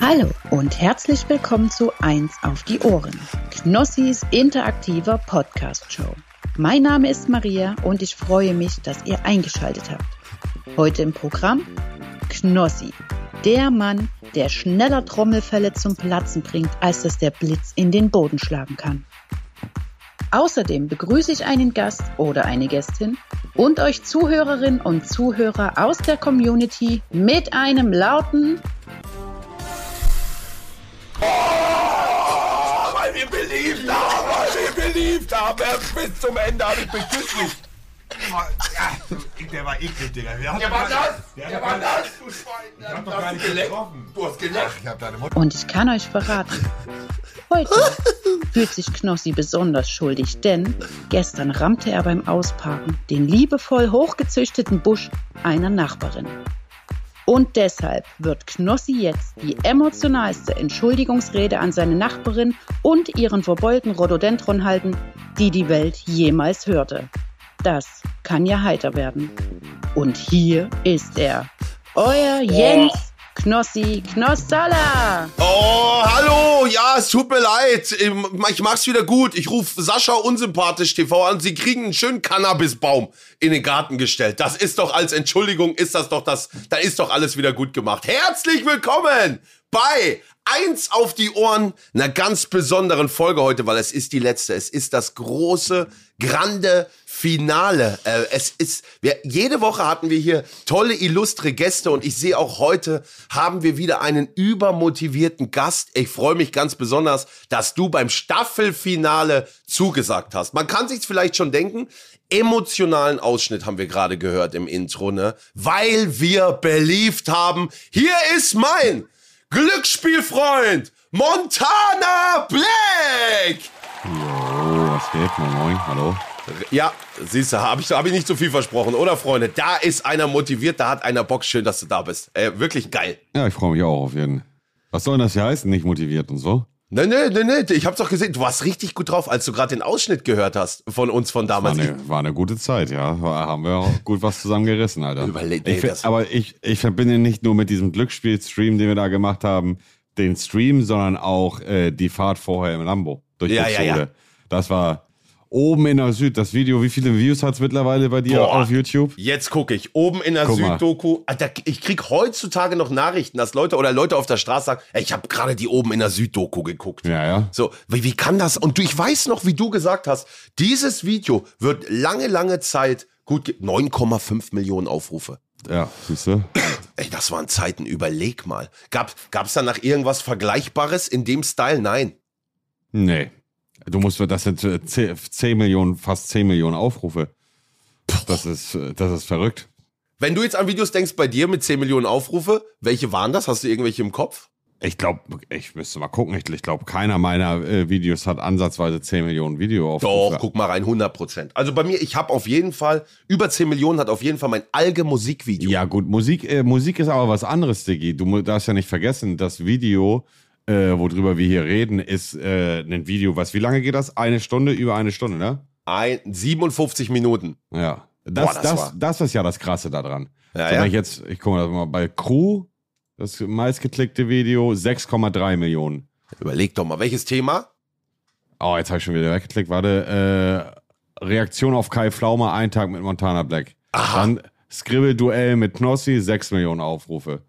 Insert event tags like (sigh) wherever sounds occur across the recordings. Hallo und herzlich willkommen zu Eins auf die Ohren, Knossis interaktiver Podcast-Show. Mein Name ist Maria und ich freue mich, dass ihr eingeschaltet habt. Heute im Programm Knossi, der Mann, der schneller Trommelfälle zum Platzen bringt, als dass der Blitz in den Boden schlagen kann. Außerdem begrüße ich einen Gast oder eine Gästin und euch Zuhörerinnen und Zuhörer aus der Community mit einem lauten Oh, weil wir beliebt haben, weil wir beliebt haben. Bis zum Ende habe ich beküsst. Ja, der war eklig, Digga. Der, hat Der war doch gar- das, der der, hat doch war gar- das, du Schwein. Ich hab doch gar nicht getroffen. Du hast geleckt. Ich hab deine Mutter. Und ich kann euch verraten, heute fühlt sich Knossi besonders schuldig, denn gestern rammte er beim Ausparken den liebevoll hochgezüchteten Busch einer Nachbarin. Und deshalb wird Knossi jetzt die emotionalste Entschuldigungsrede an seine Nachbarin und ihren verbeulten Rhododendron halten, die die Welt jemals hörte. Das kann ja heiter werden. Und hier ist er, euer Jens Knossi Knossalla. Oh, hallo, ja, es tut mir leid. Ähm, Ich mach's wieder gut. Ich rufe Sascha Unsympathisch TV an. Sie kriegen einen schönen Cannabisbaum in den Garten gestellt. Das ist doch als Entschuldigung, ist das doch das, da ist doch alles wieder gut gemacht. Herzlich willkommen bei Eins auf die Ohren, einer ganz besonderen Folge heute, weil es ist die letzte. Es ist das große, grande Finale. Äh, es ist, wir, jede Woche hatten wir hier tolle, illustre Gäste und ich sehe auch heute haben wir wieder einen übermotivierten Gast. Ich freue mich ganz besonders, dass du beim Staffelfinale zugesagt hast. Man kann sich's vielleicht schon denken. Emotionalen Ausschnitt haben wir gerade gehört im Intro, ne? Weil wir beliebt haben. Hier ist mein Glücksspielfreund Montana Black. Jo, was geht? Moin, moin, hallo. Ja, siehst du, habe ich, hab ich nicht so viel versprochen, oder Freunde? Da ist einer motiviert, da hat einer Bock. Schön, dass du da bist. Äh, wirklich geil. Ja, ich freue mich auch auf jeden. Was soll denn das hier heißen? Nicht motiviert und so? Nee, nee, nee, nee, ne, ich hab's doch gesehen. Du warst richtig gut drauf, als du gerade den Ausschnitt gehört hast von uns von War damals. eine, war eine gute Zeit, ja. War, haben wir auch gut was zusammengerissen, Alter. Überleg- nee, ich, ver- das- aber ich, ich verbinde nicht nur mit diesem Glücksspiel-Stream, den wir da gemacht haben, den Stream, sondern auch äh, die Fahrt vorher im Lambo durch Ja, die ja, Schule. ja. Das war oben in der Süd, das Video. Wie viele Views hat's mittlerweile bei dir Boah. auf YouTube? Jetzt gucke ich, oben in der Guck mal. Süddoku, Alter, ich krieg heutzutage noch Nachrichten, dass Leute oder Leute auf der Straße sagen, ey, ich habe gerade die oben in der Süddoku geguckt. Ja, ja. So, wie, wie kann das? Und du, ich weiß noch, wie du gesagt hast, dieses Video wird lange, lange Zeit gut, ge- 9,5 Millionen Aufrufe. Ja, siehst du? Ey, das waren Zeiten, überleg mal. Gab gab's danach irgendwas Vergleichbares in dem Style? Nein. Nee. Du musst, das sind äh, 10 10 Millionen, fast 10 Millionen Aufrufe. Das ist, äh, das ist verrückt. Wenn du jetzt an Videos denkst bei dir mit 10 Millionen Aufrufe, welche waren das? Hast du irgendwelche im Kopf? Ich glaube, ich müsste mal gucken. Ich, ich glaube, keiner meiner äh, Videos hat ansatzweise 10 Millionen Videoaufrufe. Doch, guck mal rein, 100 Prozent. Also bei mir, ich habe auf jeden Fall, über 10 Millionen hat auf jeden Fall mein Alge-Musikvideo. Ja, gut, Musik, äh, Musik ist aber was anderes, Diggi. Du mu- darfst ja nicht vergessen, das Video, äh, worüber wir hier reden, ist äh, ein Video, was, wie lange geht das? Eine Stunde, über eine Stunde, ne? Ein, 57 Minuten. Ja. Das, das das, das, war- ist ist ja das Krasse daran. Ja, so, ja. wenn ich jetzt, ich gucke mal bei Crew, das meistgeklickte Video, 6,3 Millionen. Überleg doch mal, welches Thema? Oh, jetzt habe ich schon wieder weggeklickt. Warte, äh, Reaktion auf Kai Pflaume, ein Tag mit Montana Black. Aha. Dann Scribble-Duell mit Knossi, 6 Millionen Aufrufe.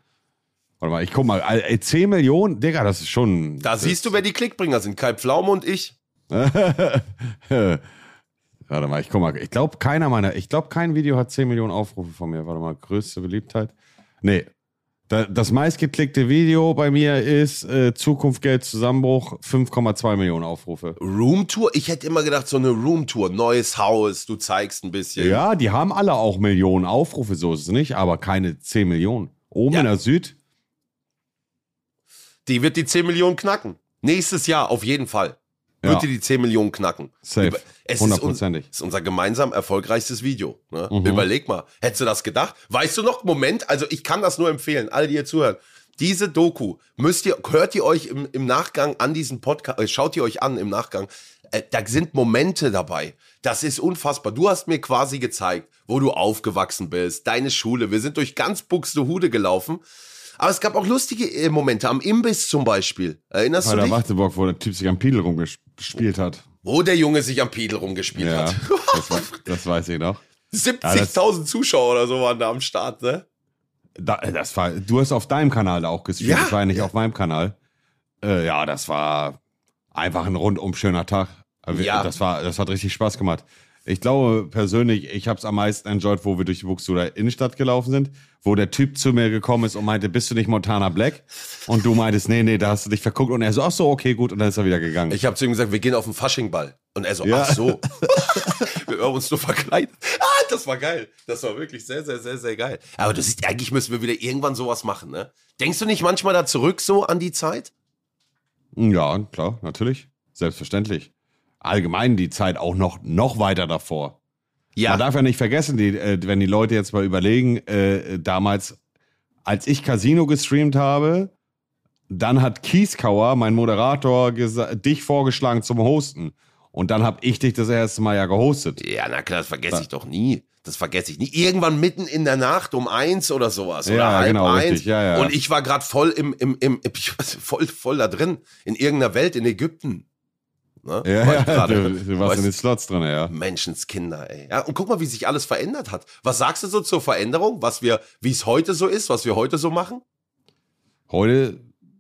Warte mal, ich guck mal. Al- Ey, 10 Millionen? Digga, das ist schon. Da siehst du, wer die Klickbringer sind. Kai Pflaume und ich. (laughs) Warte mal, ich guck mal. Ich glaube, keiner meiner. Ich glaube, kein Video hat 10 Millionen Aufrufe von mir. Warte mal, größte Beliebtheit. Nee. Da, das meistgeklickte Video bei mir ist äh, Zukunft, Geld, Zusammenbruch, 5,2 Millionen Aufrufe. Roomtour? Ich hätte immer gedacht, so eine Roomtour. Neues Haus, du zeigst ein bisschen. Ja, die haben alle auch Millionen Aufrufe, so ist es nicht, aber keine 10 Millionen. Oben Ja. in der Süd, Die wird die 10 Millionen knacken. Nächstes Jahr auf jeden Fall. Ja. Wird die die 10 Millionen knacken. Safe. Über- Es ist, un hundertprozentig. Mhm. ist unser gemeinsam erfolgreichstes Video. Ne? Überleg mal. Hättest du das gedacht? Weißt du noch, Moment, also ich kann das nur empfehlen, alle, die hier zuhören. Diese Doku, müsst ihr, hört ihr euch im, im Nachgang an diesen Podcast, äh, schaut ihr euch an im Nachgang. äh, da sind Momente dabei. Das ist unfassbar. Du hast mir quasi gezeigt, wo du aufgewachsen bist, deine Schule. Wir sind durch ganz Buxtehude gelaufen. Aber es gab auch lustige äh, Momente. Am Imbiss zum Beispiel. Erinnerst Bei der du dich? Wachteburg, wo der Typ sich am Piedel rumgespielt hat. Wo der Junge sich am Pedel rumgespielt Ja, (laughs) hat. das, we- das weiß ich noch. 70.000 Zuschauer oder so waren da am Start, ne? Da, äh, das war, du hast auf deinem Kanal auch gestreamt, Ja. das war ja nicht auf meinem Kanal. Äh, ja, das war einfach ein rundum schöner Tag. Aber wir- Ja. Das, war, das hat richtig Spaß gemacht. Ich glaube persönlich, ich habe es am meisten enjoyed, wo wir durch die Buxtehuder Innenstadt gelaufen sind, wo der Typ zu mir gekommen ist und meinte, bist du nicht Montana Black? Und du meintest, nee, nee, da hast du dich verguckt. Und er so, ach so, okay, gut. Und dann ist er wieder gegangen. Ich habe zu ihm gesagt, wir gehen auf den Faschingball. Und er so, Ja. ach (laughs) so. wir haben uns nur verkleidet. Ah, das war geil. Das war wirklich sehr, sehr, sehr, sehr geil. Aber du siehst, eigentlich müssen wir wieder irgendwann sowas machen, ne? Denkst du nicht manchmal da zurück so an die Zeit? Ja, klar, natürlich. Selbstverständlich. Allgemein die Zeit auch noch, noch weiter davor. Man darf ja nicht vergessen, die, äh, wenn die Leute jetzt mal überlegen, äh, damals, als ich Casino gestreamt habe, dann hat Kieskauer, mein Moderator, gesa- dich vorgeschlagen zum Hosten. Und dann habe ich dich das erste Mal ja gehostet. Ja, na klar, das vergesse ich doch nie. Das vergesse ich nie. Irgendwann mitten in der Nacht um eins oder sowas. Ja, oder halb genau, eins. richtig. Ja, ja. Und ich war gerade voll im, im, im (laughs) ich weiß, voll, voll da drin. In irgendeiner Welt in Ägypten. Ne? War ich Ja, gerade. du, du warst Weißt- in den Slots drin, ja. Menschenskinder, ey. Ja, und guck mal, wie sich alles verändert hat. Was sagst du so zur Veränderung, was wir, wie es heute so ist, was wir heute so machen? Heute,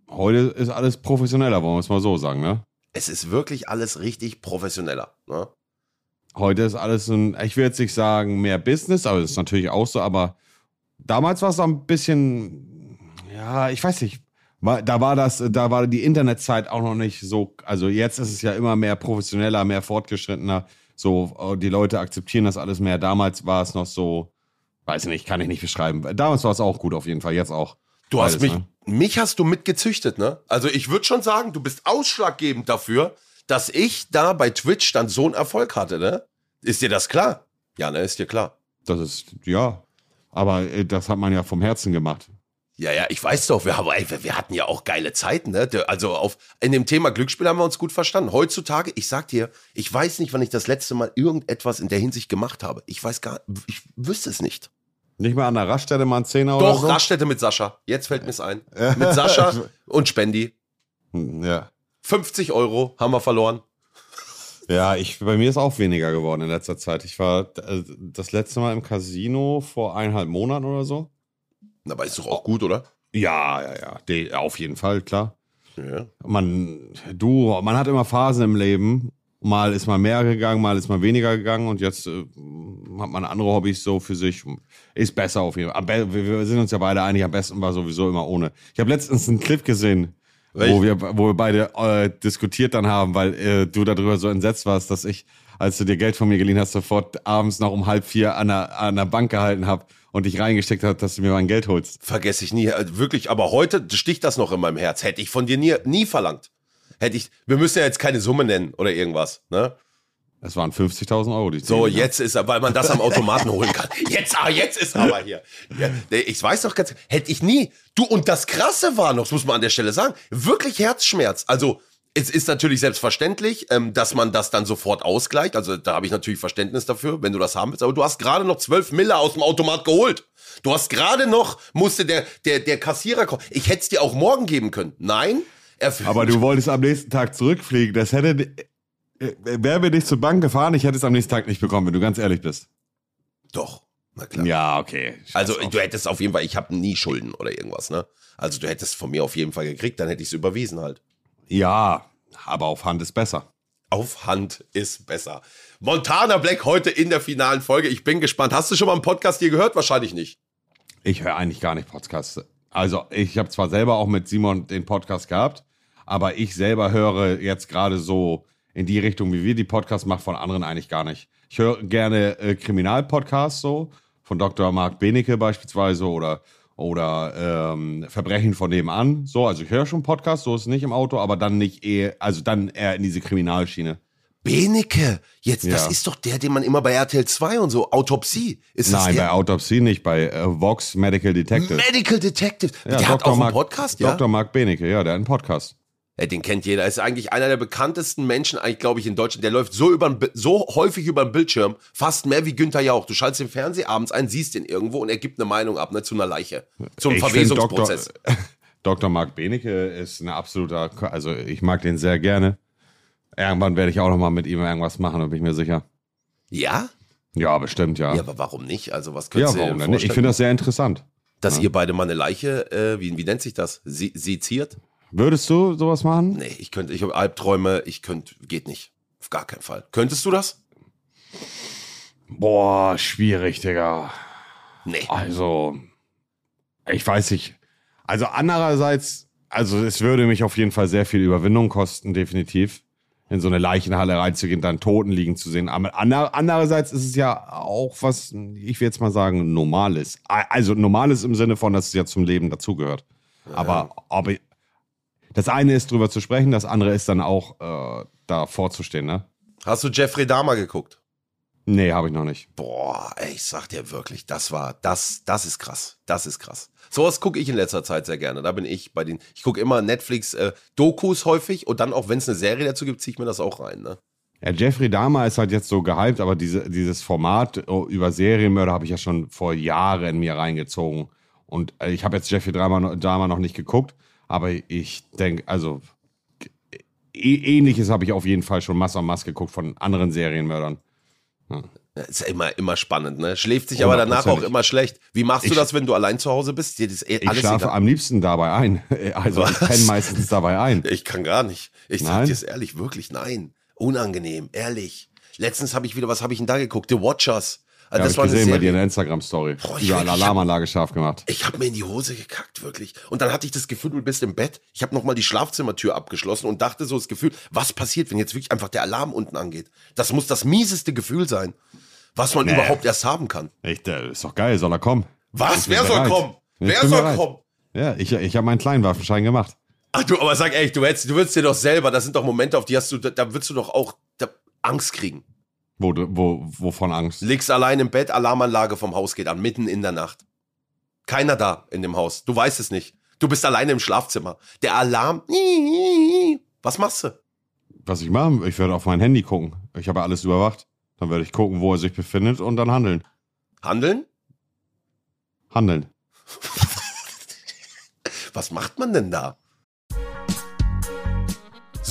heute ist alles professioneller, wollen wir es mal so sagen, ne? Es ist wirklich alles richtig professioneller. Ne? heute ist alles ein, ich will jetzt nicht sagen mehr Business, aber das ist natürlich auch so, aber damals war es noch ein bisschen, ja, ich weiß nicht, War- da war das, da war die Internetzeit auch noch nicht so, also jetzt ist es ja immer mehr professioneller, mehr fortgeschrittener, so, oh, die Leute akzeptieren das alles mehr, damals war es noch so, weiß nicht, kann ich nicht beschreiben, damals war es auch gut auf jeden Fall, jetzt auch. Du hast Beides, mich, ne? mich hast du mitgezüchtet, ne? Also ich würde schon sagen, du bist ausschlaggebend dafür, dass ich da bei Twitch dann so einen Erfolg hatte, ne? Ist dir das klar? Ja, ne, ist dir klar. Das ist, ja, aber äh, das hat man ja vom Herzen gemacht. Ja, ja, ich weiß doch, wir, haben, ey, wir- wir hatten ja auch geile Zeiten, ne? Der- Also auf, in dem Thema Glücksspiel haben wir uns gut verstanden. Heutzutage, ich sag dir, ich weiß nicht, wann ich das letzte Mal irgendetwas in der Hinsicht gemacht habe. Ich weiß gar ich wüsste es nicht. Nicht mal an der Raststätte mal ein Zehner oder Doch, so? Raststätte mit Sascha. Jetzt fällt mir's ein. (laughs) Mit Sascha und Spendi. Ja. 50 Euro haben wir verloren. Ja, ich, bei mir ist auch weniger geworden in letzter Zeit. Ich war äh, das letzte Mal im Casino vor eineinhalb Monaten oder so. Dabei ist doch auch gut, oder? Ja, ja, ja. De, auf jeden Fall, klar. Ja. Man, du, man hat immer Phasen im Leben. Mal ist man mehr gegangen, mal ist man weniger gegangen und jetzt äh, hat man andere Hobbys so für sich. Ist besser auf jeden Fall. Am be- Wir wir sind uns ja beide einig, am besten war sowieso immer ohne. Ich habe letztens einen Clip gesehen, Welchen? wo wir, wo wir beide äh, diskutiert dann haben, weil äh, du darüber so entsetzt warst, dass ich, als du dir Geld von mir geliehen hast, sofort abends noch um halb vier an der, an der Bank gehalten habe und dich reingesteckt habe, dass du mir mein Geld holst. Vergesse ich nie. Also Wirklich, aber heute sticht das noch in meinem Herz. Hätte ich von dir nie, nie verlangt. Hätte ich, wir müssen ja jetzt keine Summe nennen oder irgendwas, ne? Das waren 50.000 Euro, die ich ne? So, dir- jetzt ist er, weil man das am Automaten holen kann. (laughs) Jetzt, ah, jetzt ist aber hier. Ja, nee, ich weiß doch ganz, hätte ich nie. Du, und das Krasse war noch, das muss man an der Stelle sagen, wirklich Herzschmerz. Also, es ist natürlich selbstverständlich, ähm, dass man das dann sofort ausgleicht. Also, da habe ich natürlich Verständnis dafür, wenn du das haben willst. Aber du hast gerade noch 12 Miller aus dem Automat geholt. Du hast gerade noch, musste der, der, der Kassierer kommen. Ich hätte es dir auch morgen geben können. Nein. Er, Aber du wolltest am nächsten Tag zurückfliegen. Das hätte. äh, Wären wir nicht zur Bank gefahren, ich hätte es am nächsten Tag nicht bekommen, wenn du ganz ehrlich bist. Doch. Na klar. Ja, okay. Also du hättest auf jeden Fall, ich habe nie Schulden oder irgendwas, ne? Also du hättest von mir auf jeden Fall gekriegt, dann hätte ich es überwiesen halt. Ja, aber auf Hand ist besser. Auf Hand ist besser. Montana Black heute in der finalen Folge. Ich bin gespannt. Hast du schon mal einen Podcast hier gehört? Wahrscheinlich nicht. Ich höre eigentlich gar nicht Podcasts. Also, ich habe zwar selber auch mit Simon den Podcast gehabt, aber ich selber höre jetzt gerade so in die Richtung, wie wir die Podcasts machen, von anderen eigentlich gar nicht. Ich höre gerne äh, Kriminalpodcasts so, von Dr. Marc Benecke beispielsweise oder, oder ähm, Verbrechen von nebenan. So, also ich höre schon Podcasts, so ist es nicht im Auto, aber dann nicht eh, also dann eher in diese Kriminalschiene. Benecke, jetzt, das Ja. ist doch der, den man immer bei RTL 2 und so, Autopsie. Ist das Nein, bei der? Autopsie nicht, bei äh, Vox Medical Detective. Medical Detective. Ja, der hat Dr. auch einen Marc- Podcast, Dr. ja? Marc Benecke, ja, der hat einen Podcast. Ey, Äh, den kennt jeder. Ist eigentlich einer der bekanntesten Menschen, eigentlich glaube ich, in Deutschland. Der läuft so, übern, Bi- so häufig über den Bildschirm, fast mehr wie Günther Jauch. Du schaltest den Fernseher abends ein, siehst ihn irgendwo und er gibt eine Meinung ab, ne, zu einer Leiche. Zum Ich find Verwesungsprozess. Dr. (laughs) Dr. Marc Benecke ist ein absoluter, Ko- also ich mag den sehr gerne. Irgendwann werde ich auch nochmal mit ihm irgendwas machen, da bin ich mir sicher. Ja? Ja, bestimmt, ja. Ja, Ja, aber warum nicht? Also, was könntest du warum dir denn nicht? Ich vorstellen? finde das sehr interessant. dass ihr beide mal eine Leiche, äh, wie, wie nennt sich das? Se seziert? Würdest du sowas machen? Nee, ich könnte, ich habe Albträume, ich könnte, geht nicht. Auf gar keinen Fall. Könntest du das? Boah, schwierig, Digga. Nee. Also, ich weiß nicht. Also andererseits, also es würde mich auf jeden Fall sehr viel Überwindung kosten, definitiv. In so eine Leichenhalle reinzugehen, dann Toten liegen zu sehen. Aber ander- andererseits ist es ja auch was, ich will jetzt mal sagen, Normales. A- Also Normales im Sinne von, dass es ja zum Leben dazugehört. Aber ob ich, das eine ist drüber zu sprechen, das andere ist dann auch äh, da vorzustehen, ne? Hast du Jeffrey Dahmer geguckt? Nee, habe ich noch nicht. Boah, ey, ich sag dir wirklich, das war, das, das ist krass. Das ist krass. Sowas gucke ich in letzter Zeit sehr gerne. Da bin ich bei den, ich gucke immer Netflix-Dokus häufig und dann auch, wenn es eine Serie dazu gibt, ziehe ich mir das auch rein. Ne? Ja, Jeffrey Dahmer ist halt jetzt so gehypt, aber diese, dieses Format oh, über Serienmörder habe ich ja schon vor Jahren in mir reingezogen. Und äh, ich habe jetzt Jeffrey Dahmer, noch- Dahmer noch nicht geguckt, aber ich denke, also äh, ähnliches habe ich auf jeden Fall schon Mass en Mass geguckt von anderen Serienmördern. Ja, Ist ja immer, immer spannend, ne? Schläft sich Oh, aber danach auch hundertprozentig. immer schlecht. Wie machst du Ich- das, wenn du allein zu Hause bist? Dir ist eh Ich alles schlafe egal. am liebsten dabei ein. (laughs) Also ich Was? penne meistens dabei ein. Ich kann gar nicht. Ich sag Nein? dir es ehrlich, wirklich, nein. Unangenehm, ehrlich. Letztens habe ich wieder, was habe ich denn da geguckt? The Watchers. Also, Ja, habe ich gesehen bei dir ne? in der Serie. Instagram-Story. Boah, ich- Überall ich- Alarmanlage scharf gemacht. Ich habe mir in die Hose gekackt, wirklich. Und dann hatte ich das Gefühl, du bist im Bett. Ich habe nochmal die Schlafzimmertür abgeschlossen und dachte so das Gefühl, was passiert, wenn jetzt wirklich einfach der Alarm unten angeht? Das muss das mieseste Gefühl sein, was man überhaupt erst haben kann. Echt, äh, ist doch geil, soll er kommen. Was? Ich bin Wer soll bereit. kommen? Ich Wer bin soll bereit. kommen? Ja, ich, ich habe meinen Kleinwaffenschein gemacht. Ach du, aber sag echt, du hättest, du würdest dir doch selber, das sind doch Momente, auf die hast du, da, da würdest du doch auch da, Angst kriegen. Wo, du- wo, wovon Angst? Liegst allein im Bett, Alarmanlage vom Haus geht an, mitten in der Nacht. Keiner da in dem Haus. Du weißt es nicht. Du bist alleine im Schlafzimmer. Der Alarm. Was machst du? Was ich machen würde, ich würde auf mein Handy gucken. Ich habe ja alles überwacht. Dann würde ich gucken, wo er sich befindet und dann handeln. Handeln? Handeln. Was macht man denn da?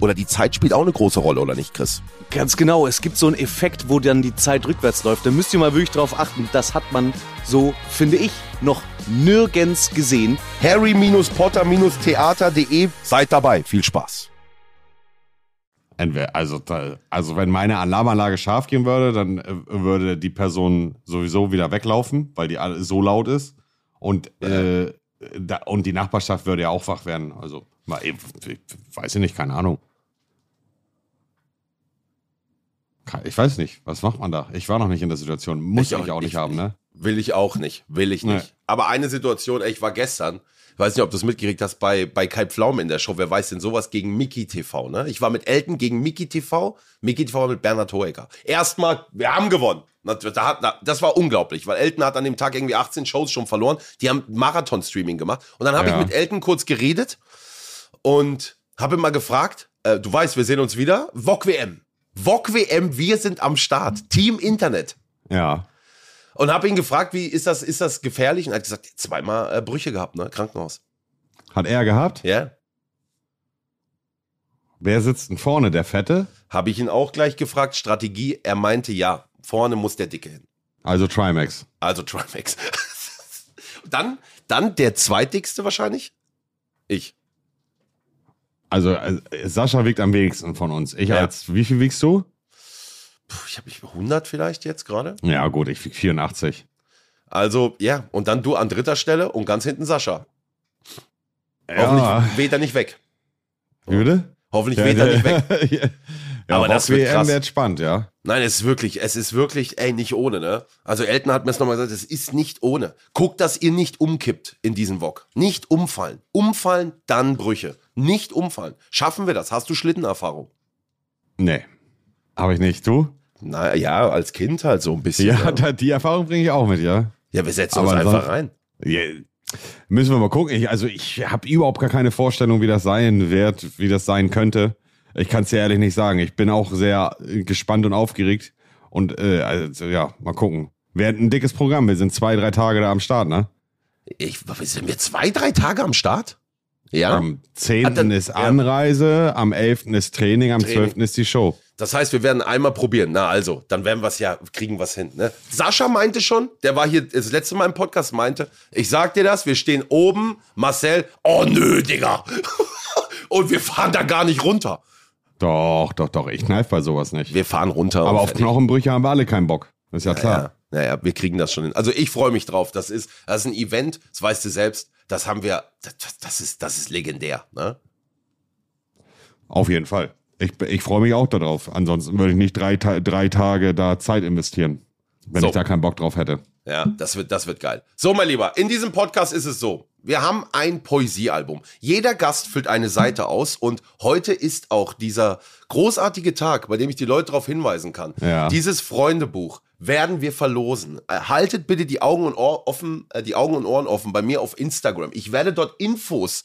oder die Zeit spielt auch eine große Rolle, oder nicht, Chris? Ganz genau, es gibt so einen Effekt, wo dann die Zeit rückwärts läuft. Da müsst ihr mal wirklich drauf achten. Das hat man, so finde ich, noch nirgends gesehen. harry-potter-theater.de. Seid dabei, viel Spaß. Entweder, also, da- also wenn meine Alarmanlage scharf gehen würde, dann äh, würde die Person sowieso wieder weglaufen, weil die alle so laut ist. Und, äh, da, und die Nachbarschaft würde ja auch wach werden. Also, mal eben, ich- weiß ich nicht, keine Ahnung. Kann- Ich weiß nicht, was macht man da? Ich war noch nicht in der Situation. Muss Ich ich, auch- auch nicht ich- haben, ne? Will ich auch nicht. Will ich Nee. nicht. Aber eine Situation, ey, ich war gestern, ich weiß nicht, ob du es mitgekriegt hast, bei, bei Kai Pflaume in der Show. Wer weiß denn sowas gegen Miki TV, ne? Ich war mit Elton gegen Miki TV. Miki TV war mit Bernhard Hoeker. Erstmal, wir haben gewonnen. Na, Da hat, na, das war unglaublich, weil Elton hat an dem Tag irgendwie 18 Shows schon verloren. Die haben Marathon-Streaming gemacht. Und dann habe Ja. ich mit Elton kurz geredet und habe ihn mal gefragt, äh, du weißt, wir sehen uns wieder. VOG WM. VOG WM, wir sind am Start. Team Internet Ja. und habe ihn gefragt, wie ist das, ist das gefährlich? Und er hat gesagt, zweimal äh, Brüche gehabt, ne? Krankenhaus. Hat er gehabt? Ja. Wer sitzt denn vorne? Der Fette? Habe ich ihn auch gleich gefragt, Strategie. Er meinte, ja, vorne muss der Dicke hin. Also Trimax. Also Trimax. (laughs) dann, dann der zweitdickste wahrscheinlich. Ich. Also äh, Sascha wiegt am wenigsten von uns. Ich Ja. als, wie viel wiegst du? Puh, ich habe mich 100 vielleicht jetzt gerade. Ja gut, ich wieg 84. Also, ja. Und dann du an dritter Stelle und ganz hinten Sascha. Ja. Hoffentlich weht er nicht weg. Wie bitte? Hoffentlich weht er (laughs) nicht weg. ja, Aber Aber das das wird WM krass. wird spannend, ja. Nein, es ist wirklich, es ist wirklich, ey, nicht ohne, ne? Also Elton hat mir es nochmal gesagt, es ist nicht ohne. Guckt, dass ihr nicht umkippt in diesen Wok. Nicht umfallen. Umfallen, dann Brüche. Nicht umfallen. Schaffen wir das? Hast du Schlittenerfahrung? Nee. Habe ich nicht. Du? Na ja, als Kind halt so ein bisschen. Ja, Ja, da, die Erfahrung bringe ich auch mit, ja. ja wir setzen Aber uns einfach ansonsten- rein. Ja, müssen wir mal gucken. Ich, also ich habe überhaupt gar keine Vorstellung, wie das sein wird, wie das sein könnte. Ich kann es dir ehrlich nicht sagen. Ich bin auch sehr äh, gespannt und aufgeregt. Und äh, also, ja, mal gucken. Wäre ein dickes Programm. Wir sind zwei, drei Tage da am Start, ne? Ich, sind wir zwei, drei Tage am Start? Ja. Am 10. Ah, dann- ist ja. Anreise, am 11. ist Training, am Training. 12. ist die Show. Das heißt, wir werden einmal probieren. Na also, dann werden wir es ja, kriegen wir es hin. Ne? Sascha meinte schon, der war hier das letzte Mal im Podcast, meinte, ich sag dir das, wir stehen oben, Marcel, oh nö, Digga. (laughs) Und wir fahren da gar nicht runter. Doch, doch, doch. Ich kneif bei sowas nicht. Wir fahren runter. Aber auf Fertig. Knochenbrüche haben wir alle keinen Bock. Ist ja klar. Ja, naja, wir kriegen das schon hin. Also ich freue mich drauf. Das ist, das ist ein Event, das weißt du selbst. Das haben wir, das, das, ist, das ist legendär. Ne? Auf jeden Fall. Ich, ich freue mich auch darauf. Ansonsten würde ich nicht drei, Ta- drei Tage da Zeit investieren, wenn So. ich da keinen Bock drauf hätte. Ja, das wird, das wird geil. So, mein Lieber, in diesem Podcast ist es so. Wir haben ein Poesiealbum. Jeder Gast füllt eine Seite aus und heute ist auch dieser großartige Tag, bei dem ich die Leute darauf hinweisen kann. Ja. Dieses Freundebuch werden wir verlosen. Äh, Haltet bitte die Augen und Ohr offen, äh, die Augen und Ohren offen bei mir auf Instagram. Ich werde dort Infos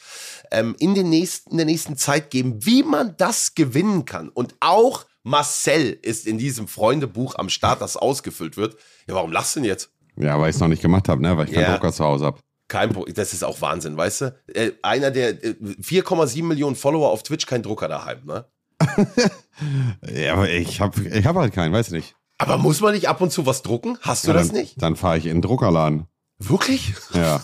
ähm, in, den nächsten, in der nächsten Zeit geben, wie man das gewinnen kann. Und auch Marcel ist in diesem Freundebuch am Start, das ausgefüllt wird. Ja, warum lachst du denn jetzt? Ja, weil ich es noch nicht gemacht habe, ne? weil ich keinen Ja. Drucker zu Hause habe. Kein Problem, das ist auch Wahnsinn, weißt du? Äh, einer der äh, 4,7 Millionen Follower auf Twitch, kein Drucker daheim, ne? Ja, aber ich habe ich hab halt keinen, weiß nicht. Aber muss man nicht ab und zu was drucken? Hast du ja, das dann, nicht? Dann fahre ich in den Druckerladen. Wirklich? Ja.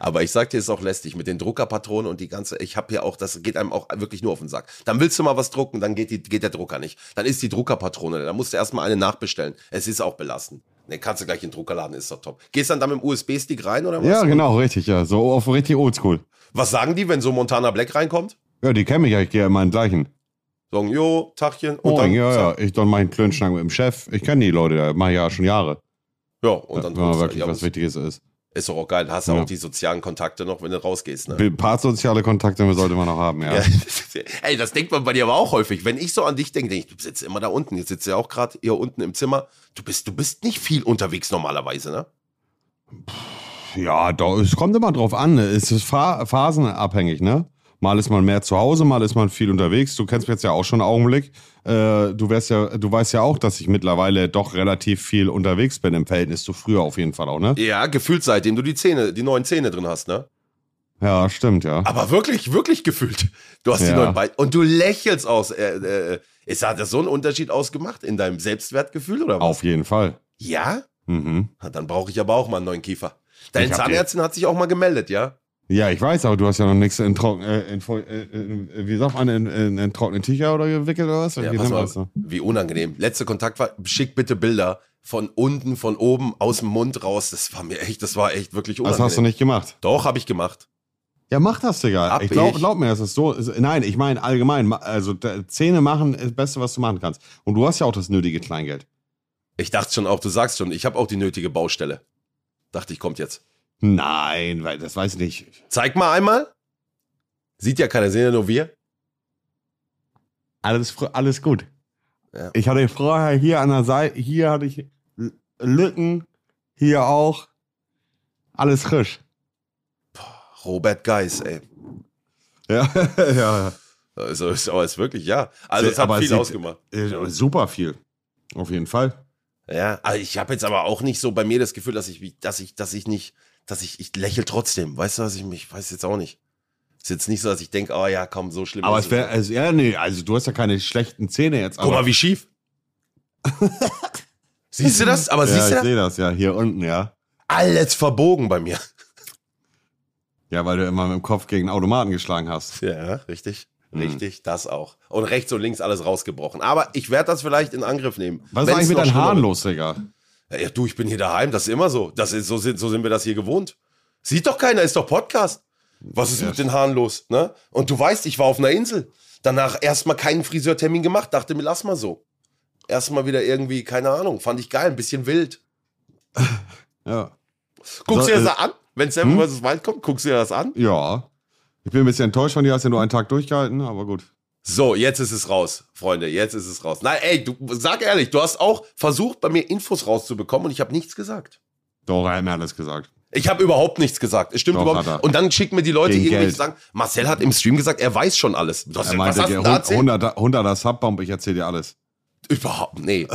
Aber ich sag dir, es ist auch lästig mit den Druckerpatronen und die ganze, ich habe hier auch, das geht einem auch wirklich nur auf den Sack. Dann willst du mal was drucken, dann geht, die, geht der Drucker nicht. Dann ist die Druckerpatrone, da musst du erstmal eine nachbestellen. Es ist auch belastend. Ne, kannst du gleich in den Druckerladen, ist doch top. Gehst dann da mit dem USB-Stick rein oder was? ja, genau, richtig, ja. So auf richtig oldschool. Was sagen die, wenn so Montana Black reinkommt? Ja, die kennen mich ja, ich gehe immer in den gleichen. Sagen, jo, Tachchen. Und Moin, dann, ja, ja. Ich dann meinen Klönschnack mit dem Chef. Ich kenne die Leute, da mache ich ja schon Jahre. ja, und dann wenn holst du- man halt. wirklich ja, was muss- Wichtiges ist. Ist doch auch geil. Hast ja. Ja. auch die sozialen Kontakte noch, wenn du rausgehst. Ne? Ein paar soziale Kontakte sollte man noch haben, ja. Ja. (laughs) Ey, das denkt man bei dir aber auch häufig. Wenn ich so an dich denke, denke ich, du sitzt immer da unten. Jetzt sitzt du ja auch gerade hier unten im Zimmer. Du bist, du bist nicht viel unterwegs normalerweise, ne? Ja, doch, es kommt immer drauf an. ne? Es ist pha- phasenabhängig, ne? Mal ist man mehr zu Hause, mal ist man viel unterwegs. Du kennst mich jetzt ja auch schon einen Augenblick. Äh, du, wärst ja, du weißt ja auch, dass ich mittlerweile doch relativ viel unterwegs bin im Verhältnis zu früher auf jeden Fall auch, ne? Ja, gefühlt seitdem du die Zähne, die neuen Zähne drin hast, ne? Ja, stimmt, ja. Aber wirklich, wirklich gefühlt. Du hast die Ja. neuen Beine. Und du lächelst aus. Äh, äh, ist, hat das so einen Unterschied ausgemacht in deinem Selbstwertgefühl oder was? Auf jeden Fall. Ja? Mhm. Na, Dann brauche ich aber auch mal einen neuen Kiefer. Deine Ich hab Zahnärztin hat sich auch mal gemeldet, ja? Ja, ich weiß, aber du hast ja noch nichts in trocken, äh, in, voll- äh, äh, wie sagt man, in, in, in trockene Tücher oder gewickelt oder was? Ja, pass Wie nennt man mal, das so? wie unangenehm. Letzter Kontakt war, schick bitte Bilder von unten, von oben, aus dem Mund raus. Das war mir echt, das war echt wirklich das unangenehm. hast du Also nicht gemacht. Doch, habe ich gemacht. Ja, mach das, Digga. Hab ich glaub, ich. glaub mir, das ist so. Ist, nein, ich meine allgemein, ma- also d- Zähne machen ist das Beste, was du machen kannst. Und du hast ja auch das nötige Kleingeld. Ich dachte schon auch, du sagst schon, ich habe auch die nötige Baustelle. Dachte ich, kommt jetzt. Nein, weil das weiß ich nicht. Zeig mal einmal. Sieht ja keiner, sehen ja nur wir. Alles, fr- alles gut. Ja. Ich hatte vorher hier an der Seite, hier hatte ich L- Lücken, hier auch. Alles frisch. Robert Geis, ey. Ja, (laughs) ja, Also, ist aber ist wirklich, ja. Also, es hat Aber es viel sieht- ausgemacht. ja. Super viel. Auf jeden Fall. Ja, aber ich habe jetzt aber auch nicht so bei mir das Gefühl, dass ich, wie- dass ich, dass ich nicht, dass ich, ich lächel trotzdem. Weißt du, was ich mich, weiß jetzt auch nicht. Ist jetzt nicht so, dass ich denke, oh ja, komm, so schlimm Aber ist es wäre, also, ja, nee, also du hast ja keine schlechten Zähne jetzt. Guck aber- mal, wie (laughs) schief. siehst du das? Aber ja, siehst du ich das? sehe das ja, hier unten, ja. Alles verbogen bei mir. Ja, weil du immer mit dem Kopf gegen Automaten geschlagen hast. Ja, (laughs) richtig. Hm. Richtig, das auch. Und rechts und links alles rausgebrochen. Aber ich werde das vielleicht in Angriff nehmen. Was ist Wenn's eigentlich mit noch deinen schlimmer Haaren wird. los, Digga? Ja, ja, du, ich bin hier daheim, das ist immer so. Das ist, so, sind, so sind wir das hier gewohnt. Sieht doch keiner, ist doch Podcast. Was ist Ja. mit den Haaren los? Ne? Und du weißt, ich war auf einer Insel. Danach erstmal keinen Friseurtermin gemacht, dachte mir, lass mal so. Erstmal wieder irgendwie, keine Ahnung, fand ich geil, ein bisschen wild. Ja. Guckst So, du dir äh, das an? Wenn Seven vs. Wild kommt, guckst du dir das an? Ja. Ich bin ein bisschen enttäuscht von dir, hast ja nur einen Tag durchgehalten, aber gut. So, jetzt ist es raus, Freunde, jetzt ist es raus. Nein, ey, du, sag ehrlich, du hast auch versucht, bei mir Infos rauszubekommen und ich habe nichts gesagt. Doch, er hat mir alles gesagt. Ich habe überhaupt nichts gesagt. Es stimmt Doch, überhaupt hat nicht. er. Und dann schicken mir die Leute Gegen irgendwie Geld. sagen, Marcel hat im Stream gesagt, er weiß schon alles. Was, Er was meinte, hast du der denn da erzählt? 100, 100er Subbomb, ich erzähle dir alles. Überhaupt, (laughs) nee.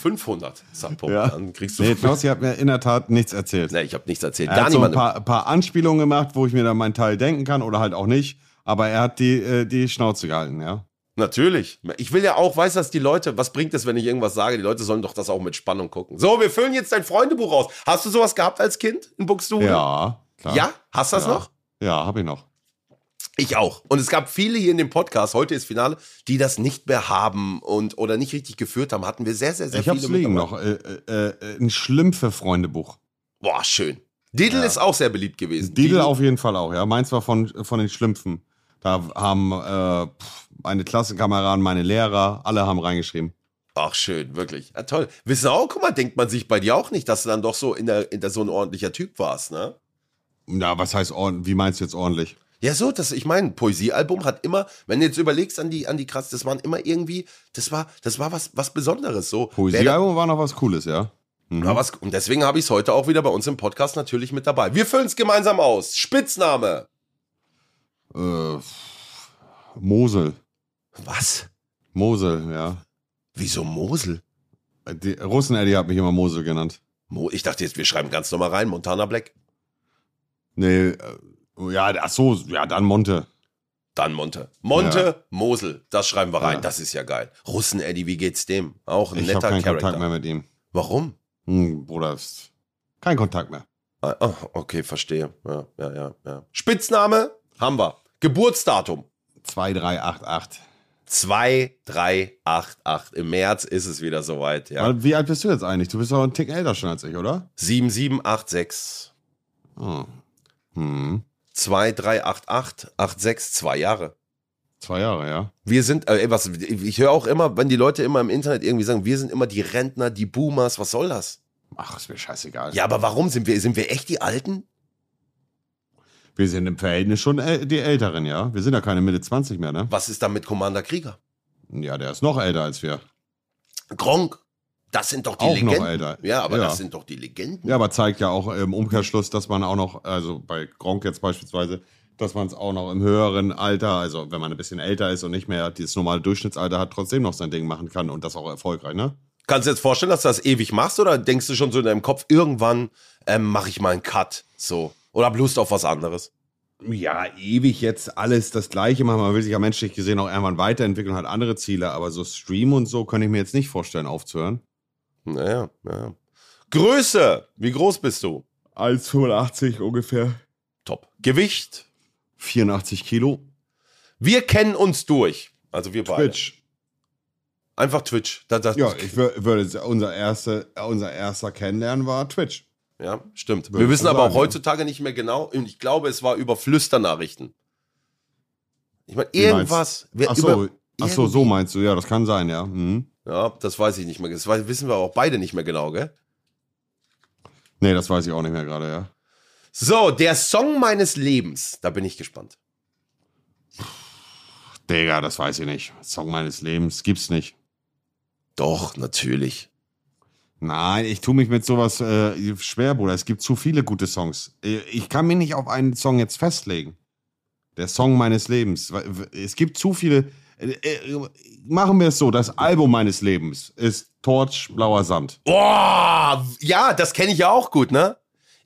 500 Support, Ja. Oh, dann kriegst du... Nee, Knossi hat mir in der Tat nichts erzählt. Nee, ich habe nichts erzählt. Er Gar hat so ein niemand. paar, paar Anspielungen gemacht, wo ich mir dann meinen Teil denken kann oder halt auch nicht. Aber er hat die, äh, die Schnauze gehalten, ja. Natürlich. Ich will ja auch, weißt du, dass die Leute, was bringt es, wenn ich irgendwas sage? Die Leute sollen doch das auch mit Spannung gucken. So, wir füllen jetzt dein Freundebuch aus. Hast du sowas gehabt als Kind in Buxtehude? Ja, klar. Ja? Hast du das Ja. noch? Ja, hab ich noch. Ich auch. Und es gab viele hier in dem Podcast, heute ist Finale, die das nicht mehr haben und oder nicht richtig geführt haben. Hatten wir sehr, sehr, sehr ich viele. hab's mit liegen dabei. noch. Äh, äh, äh, ein Schlümpfe-Freundebuch. Boah, schön. Diddle ist auch sehr beliebt gewesen. Didel auf jeden Fall auch, ja. Meins war von, von den Schlümpfen. Da haben äh, pff, meine Klassenkameraden, meine Lehrer, alle haben reingeschrieben. Ach, schön, wirklich. Ja, toll. Wissen auch, guck mal, denkt man sich bei dir auch nicht, dass du dann doch so in der, in der so ein ordentlicher Typ warst, ne? Na, was heißt ordentlich? Wie meinst du jetzt ordentlich? Ja, so, das, ich meine, ein Poesiealbum hat immer, wenn du jetzt überlegst an die, an die krass, das waren immer irgendwie, das war, das war was, was Besonderes, so. Wer da- Poesiealbum war noch was Cooles, ja. Mhm. Ja, was, und deswegen habe ich es heute auch wieder bei uns im Podcast natürlich mit dabei. Wir füllen es gemeinsam aus. Spitzname. Äh, Mosel. Was? Mosel, ja. Wieso Mosel? Die Russen Eddie hat mich immer Mosel genannt. Mo ich dachte jetzt, wir schreiben ganz normal rein, Montana Black. Nee, äh, ja, ach so, ja, dann Monte. Dann Monte. Monte, Ja. Mosel. Das schreiben wir rein. Ja. Das ist ja geil. Russen, Eddie, wie geht's dem? Auch ein Ich habe netter keinen Charakter. Kontakt mehr mit ihm. Warum? Hm, Bruder, ist kein Kontakt mehr. Ah, ah, okay, verstehe. Ja, ja, ja, ja. Spitzname haben wir. Geburtsdatum. 2388. 2388. Im März ist es wieder soweit. Ja. Wie alt bist du jetzt eigentlich? Du bist doch ein Tick älter schon als ich, oder? 7786. Oh. Hm. 2388. 86. Zwei Jahre. Zwei Jahre, ja. Wir sind, äh, ey, was, ich höre auch immer, wenn die Leute immer im Internet irgendwie sagen, wir sind immer die Rentner, die Boomers, was soll das? Ach, ist mir scheißegal. Ja, aber warum sind wir, sind wir echt die Alten? Wir sind im Verhältnis schon äl die Älteren, ja. Wir sind ja keine Mitte 20 mehr, ne? Was ist da mit Commander Krieger? Ja, der ist noch älter als wir. Gronk, das sind doch die Auch noch Legenden. älter. Ja, aber Ja. das sind doch die Legenden. Ja, aber zeigt ja auch im Umkehrschluss, dass man auch noch, also bei Gronk jetzt beispielsweise, dass man es auch noch im höheren Alter, also wenn man ein bisschen älter ist und nicht mehr dieses normale Durchschnittsalter hat, trotzdem noch sein Ding machen kann und das auch erfolgreich, ne? Kannst du dir jetzt vorstellen, dass du das ewig machst oder denkst du schon so in deinem Kopf, irgendwann ähm, mache ich mal einen Cut? So. Oder hab Lust auf was anderes? Ja, ewig jetzt alles das Gleiche machen. Man will sich ja menschlich gesehen auch irgendwann weiterentwickeln, hat andere Ziele, aber so Stream und so könnte ich mir jetzt nicht vorstellen, aufzuhören. Naja, naja. Größe, wie groß bist du? 1,85 ungefähr. Top. Gewicht, 84 Kilo. wir kennen uns durch. Also wir beide. Twitch. Einfach Twitch. Da, da, Ja, ich wür- würde unser erster, unser erster Kennenlernen war Twitch. Ja, stimmt. ich Wir wissen aber sagen, auch heutzutage nicht mehr genau. Und ich glaube, es war über Flüsternachrichten. Ich meine, irgendwas. wer- Ach so, über- ach so, so meinst du, ja, das kann sein, ja. Mhm. Ja, das weiß ich nicht mehr. Das weiß, wissen wir aber auch beide nicht mehr genau, gell? Nee, das weiß ich auch nicht mehr gerade, ja. So, der Song meines Lebens. Da bin ich gespannt. Digga, das weiß ich nicht. Song meines Lebens gibt's nicht. Doch, natürlich. Nein, ich tue mich mit sowas äh, schwer, Bruder. Es gibt zu viele gute Songs. Äh, Ich kann mich nicht auf einen Song jetzt festlegen. Der Song meines Lebens. Weil, w- Es gibt zu viele. äh, äh, Machen wir es so: Das Album meines Lebens ist Torch Blauer Samt. Boah, ja, das kenne ich ja auch gut, ne?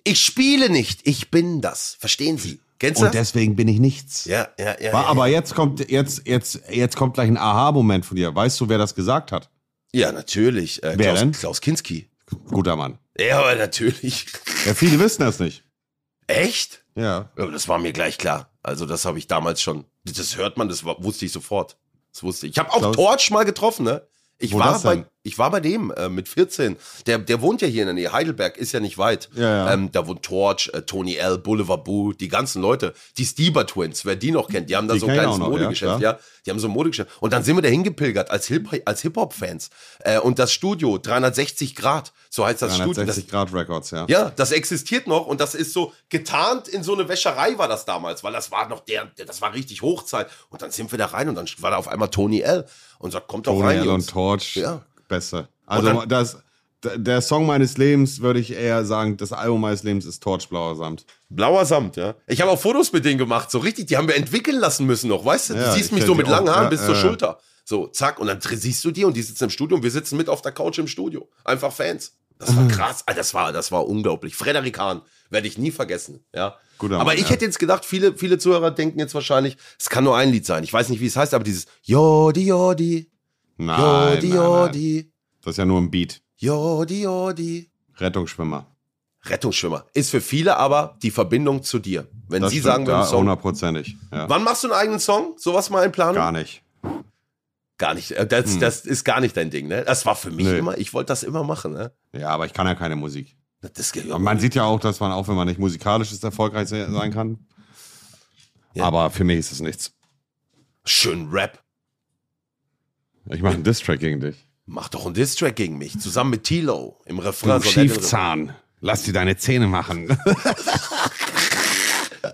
Ich spiele nicht, ich bin das. Verstehen Sie? Kennst du Und das? deswegen bin ich nichts. Ja, ja, ja. Wa- ja. Aber jetzt kommt, jetzt, jetzt, jetzt kommt gleich ein Aha-Moment von dir. Weißt du, wer das gesagt hat? ja, natürlich. Äh, Wer Klaus, denn? Klaus Kinski. Guter Mann. Ja, aber natürlich. (laughs) Ja, viele wissen das nicht. Echt? Ja. Ja, das war mir gleich klar. Also das habe ich damals schon. Das hört man, das war, wusste ich sofort. Das wusste ich. Ich habe auch Klaus- Torch mal getroffen, ne? Ich Wo war das bei, denn? ich war bei dem äh, mit 14. Der, der wohnt ja hier in der Nähe. Heidelberg ist ja nicht weit. Ja, ja. Ähm, da wohnt Torch, äh, Tony L, Boulevard Boo, die ganzen Leute. Die Stieber Twins, wer die noch kennt, die haben da Die so ein kenn ich kleines auch noch, ja, Modegeschäft, ja, klar. Die haben so ein Modegeschäft. Und dann sind wir da hingepilgert als, Hip- als Hip-Hop-Fans. Äh, und das Studio, 360 Grad, so heißt das Studio. Das 360 Grad Records, ja. ja, das existiert noch und das ist so getarnt in so eine Wäscherei war das damals, weil das war noch der, das war richtig Hochzeit. Und dann sind wir da rein und dann war da auf einmal Tony L. und sagt, kommt doch Tony rein. Allen Jungs. und Torch. Ja. Besser. Also Und dann- das, d- der Song meines Lebens würde ich eher sagen, das Album meines Lebens ist Torch Blauer Samt. Blauer Samt, ja. Ich habe auch Fotos mit denen gemacht, so richtig, die haben wir entwickeln lassen müssen noch, weißt du? Ja, du siehst ich mich kenn so die mit langen auch, Haaren ja, bis zur ja. Schulter. So, zack, und dann dr- siehst du die und die sitzen im Studio und wir sitzen mit auf der Couch im Studio. Einfach Fans. Das Mhm. war krass, Alter, das war, das war unglaublich. Frederik Hahn werde ich nie vergessen, ja. Guter aber Mann, ich ja. hätte jetzt gedacht, viele, viele Zuhörer denken jetzt wahrscheinlich, es kann nur ein Lied sein. Ich weiß nicht, wie es heißt, aber dieses Jodi, Jodi, Nein, Jodi, nein, nein. Jodi, Das ist ja nur ein Beat. Jodi, Jodi. Rettungsschwimmer. Rettungsschwimmer. Ist für viele aber die Verbindung zu dir. Wenn Das sie stimmt, sagen, wir ja, haben einen Song, hundertprozentig. Ja. Wann machst du einen eigenen Song? Sowas mal in Planung? Gar nicht. Gar nicht. Äh, Das, das ist gar nicht dein Ding, ne? Das war für mich Nö. immer, ich wollte das immer machen, ne? Ja, aber ich kann ja keine Musik. Das geht Und man sieht ja auch, dass man auch, wenn man nicht musikalisch ist, erfolgreich se- sein kann. Aber für mich ist es nichts. Schön Rap. Ich mache einen Diss-Track gegen dich. Mach doch einen Diss-Track gegen mich. Zusammen mit Tilo im Refrain. Du So nett im Schiefzahn. Lass dir deine Zähne machen. (laughs) Refrain.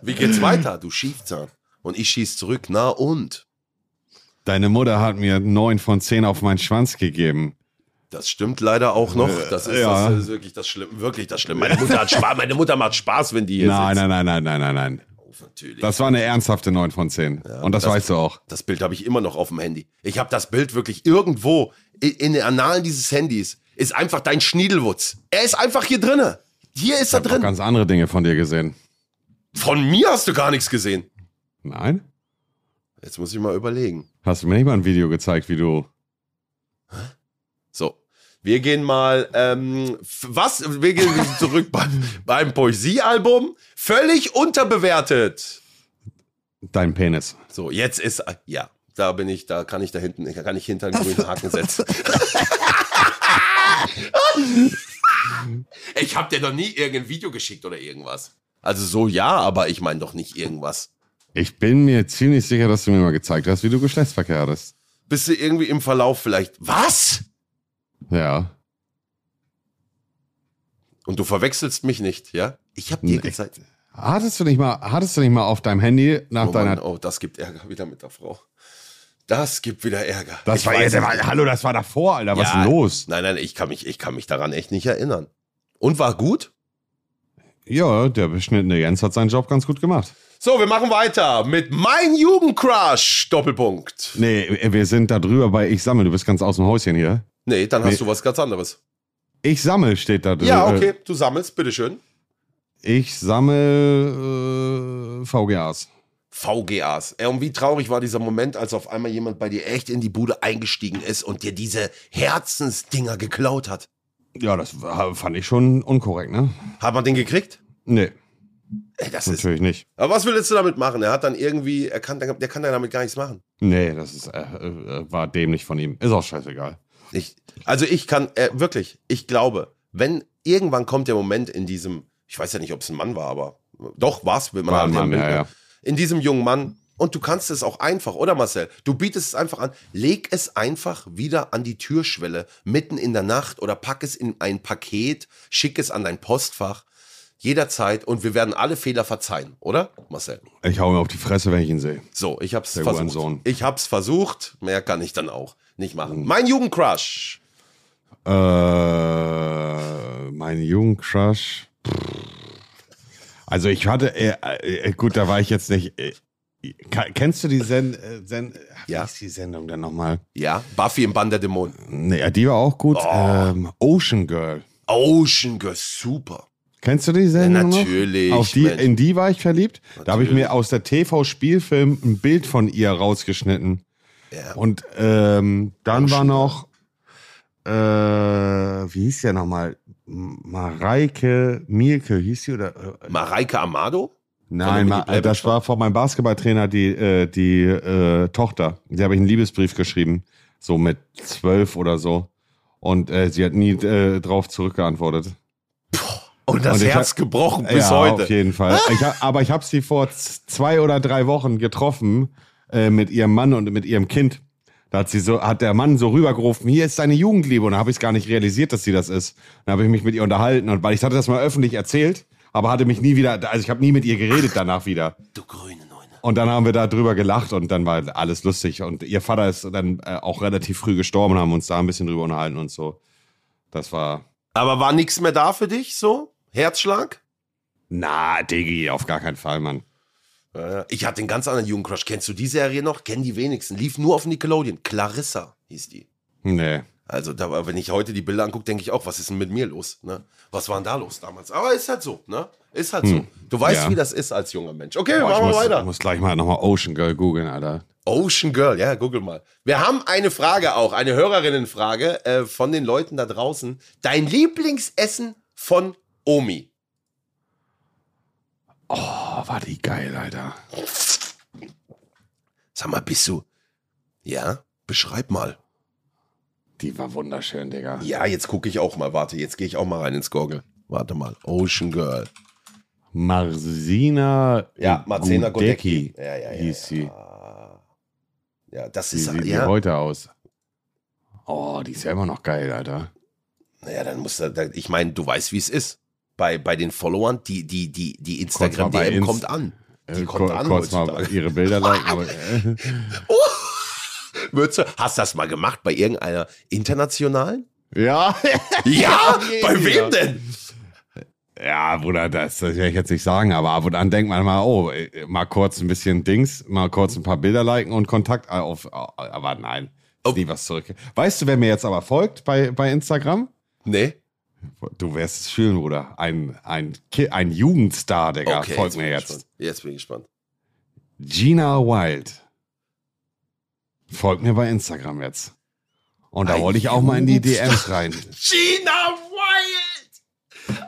Wie geht's weiter, du Schiefzahn? Und ich schieß zurück. Na und? Deine Mutter hat mir neun von zehn auf meinen Schwanz gegeben. Das stimmt leider auch noch. Das ist, ja. das ist wirklich das Schlimme. Wirklich das Schlimme. Meine Mutter, hat Spaß, meine Mutter macht Spaß, wenn die hier Nein, sitzt. nein, nein, nein, nein, nein, nein. Auf, natürlich. Das war eine ernsthafte 9 von 10. Und das, das- weißt du auch. Das Bild habe ich immer noch auf dem Handy. Ich habe das Bild wirklich irgendwo i- in den Analen dieses Handys. Ist einfach dein Schniedelwutz. Er ist einfach hier drinne. Hier ist er Ich habe drin. ganz andere Dinge von dir gesehen. Von mir hast du gar nichts gesehen. Nein? Jetzt muss ich mal überlegen. Hast du mir nicht mal ein Video gezeigt, wie du. So, wir gehen mal, ähm, f- was? Wir gehen (laughs) zurück beim, beim Poesiealbum. Völlig unterbewertet. Deinen Penis. So, jetzt ist, ja, da bin ich, da kann ich da hinten, da kann ich hinter einen grünen (laughs) Haken setzen. ich habe dir doch nie irgendein Video geschickt oder irgendwas. Also so ja, aber ich meine doch nicht irgendwas. Ich bin mir ziemlich sicher, dass du mir mal gezeigt hast, wie du Geschlechtsverkehr hattest. Bist du irgendwie im Verlauf vielleicht, was? Ja. Und du verwechselst mich nicht, ja? Ich habe dir Nee. gezeigt. Hattest du nicht mal, hattest du nicht mal auf deinem Handy nach Oh, Mann, deiner. oh, das gibt Ärger wieder mit der Frau. Das gibt wieder Ärger. Das Ich war weiß jetzt, es nicht. hallo, das war davor, Alter. Was ist Ja. denn los? Nein, nein, ich kann, mich, ich kann mich daran echt nicht erinnern. Und war gut? Ja, der beschnittene Jens hat seinen Job ganz gut gemacht. So, wir machen weiter mit Mein Jugendcrush. Doppelpunkt. Nee, wir sind da drüber bei Ich sammle. Du bist ganz aus dem Häuschen hier. Nee, dann Nee. Äh, hast du was ganz anderes. Ich sammle steht da drüber. Ja, okay, du sammelst, bitteschön. Ich sammle äh, VGAs. VGAs. Ey, Äh, und wie traurig war dieser Moment, als auf einmal jemand bei dir echt in die Bude eingestiegen ist und dir diese Herzensdinger geklaut hat. Ja, das war- fand ich schon unkorrekt, ne? Hat man den gekriegt? Nee, Ey, das ist. natürlich nicht. Aber was willst du damit machen? Er hat dann irgendwie, er kann, der kann damit gar nichts machen. Nee, das ist, äh, äh, war dämlich von ihm. Ist auch scheißegal. Ich, also ich kann, äh, wirklich, ich glaube, wenn irgendwann kommt der Moment in diesem, ich weiß ja nicht, ob es ein Mann war, aber doch war's, wenn man War an ein dem Mann, Bild, ja, ne? ja. in diesem jungen Mann. Und du kannst es auch einfach, oder Marcel? Du bietest es einfach an. Leg es einfach wieder an die Türschwelle mitten in der Nacht oder pack es in ein Paket, schick es an dein Postfach jederzeit und wir werden alle Fehler verzeihen, oder Marcel? Ich hau mir auf die Fresse, wenn ich ihn sehe. So, ich hab's Der versucht. Hurensohn. Ich hab's versucht, mehr kann ich dann auch nicht Mhm. machen. Mein Jugendcrush. Äh, mein Jugendcrush. Also ich hatte, äh, äh, gut, da war ich jetzt nicht. Äh, ka- kennst du die Send, äh, Send, wie Ja. hieß die Sendung denn nochmal? Ja, Buffy im Bann der Dämonen. Nee, ja, die war auch gut. Oh. Ähm, Ocean Girl. Ocean Girl, super. Kennst du die Sendung? noch? natürlich, Auf die, Mensch. in die war ich verliebt. Da habe ich Natürlich. mir aus der TV-Spielfilm ein Bild von ihr rausgeschnitten. Ja. Und ähm, dann war Ocean noch, äh, wie hieß der nochmal? M- Mareike Mielke hieß die oder? Äh, Mareike Amado? nein, Mini Ma Playback das war von meinem Basketballtrainer die, äh, die äh, Tochter. Die habe ich einen Liebesbrief geschrieben, so mit zwölf oder so. Und äh, sie hat nie äh, drauf zurückgeantwortet. Und das Und ich Herz hab- gebrochen bis ja, heute. Auf jeden Fall. Ich hab, aber ich habe sie vor z- zwei oder drei Wochen getroffen äh, mit ihrem Mann und mit ihrem Kind. Da hat, sie so, hat der Mann so rübergerufen, hier ist deine Jugendliebe. Und da habe ich es gar nicht realisiert, dass sie das ist. Dann habe ich mich mit ihr unterhalten. Und weil ich hatte das mal öffentlich erzählt, aber hatte mich nie wieder, also ich habe nie mit ihr geredet danach wieder. Du grüne Neune. Und dann haben wir da drüber gelacht und dann war alles lustig. Und ihr Vater ist dann äh, auch relativ früh gestorben, haben uns da ein bisschen drüber unterhalten und so. Das war, Aber war nichts mehr da für dich, so? Herzschlag? na, Diggi, auf gar keinen Fall, Mann. Äh, Ich hatte einen ganz anderen Jugendcrush. Kennst du die Serie noch? Kennen die wenigsten. Lief nur auf Nickelodeon. Clarissa hieß die. Nee. Also, da, war- wenn ich heute die Bilder angucke, denke ich auch, was ist denn mit mir los? Ne? Was war denn da los damals? Aber ist halt so, ne? Ist halt so. Du weißt, Hm. Ja. wie das ist als junger Mensch. Okay, Boah, ich machen wir muss, weiter. Ich muss gleich mal nochmal Ocean Girl googeln, Alter. Ocean Girl, ja, google mal. Wir haben eine Frage auch, eine Hörerinnenfrage äh, von den Leuten da draußen. Dein Lieblingsessen von Omi. Oh, war die geil, Alter. Sag mal, bist du. Ja, beschreib mal. Die war wunderschön, Digga. Ja, jetzt gucke ich auch mal. Warte, jetzt gehe ich auch mal rein ins Gorgel. Warte mal. Ocean Girl. Marzina Ja, Marzena Godecki. Godecki Ja, ja, ja. hieß sie. ja. ja das Wie ist. sieht die Ja, heute aus? Oh, die ist ja immer noch geil, Alter. naja, dann muss da. Ich meine, du weißt, wie es ist. Bei, bei den Followern, die, die, die, die bei Instagram-DM Inst- kommt an. Die Äh, kommt kur- an kurz mal heutzutage. ihre Bilder (laughs) liken, aber äh, Würdest du, hast das mal gemacht bei irgendeiner internationalen? ja, Ja, bei jeden, wem ja. denn? ja, Bruder, das, das werde ich jetzt nicht sagen, aber ab und an denkt man mal, oh, äh, mal kurz ein bisschen Dings, mal kurz ein paar Bilder liken und Kontakt äh, auf, aber nein, ist nie was zurück. Weißt du, wer mir jetzt aber folgt bei, bei Instagram? Nee. Du wirst es fühlen, Bruder. Ein, ein, Ki- ein Jugendstar, Digga. Okay, Folgt bin mir ich jetzt. gespannt. Jetzt bin ich gespannt. Gina Wild. Folgt mir bei Instagram jetzt. Und da Ein wollte ich auch mal in die (laughs) DMs rein. Gina Wild!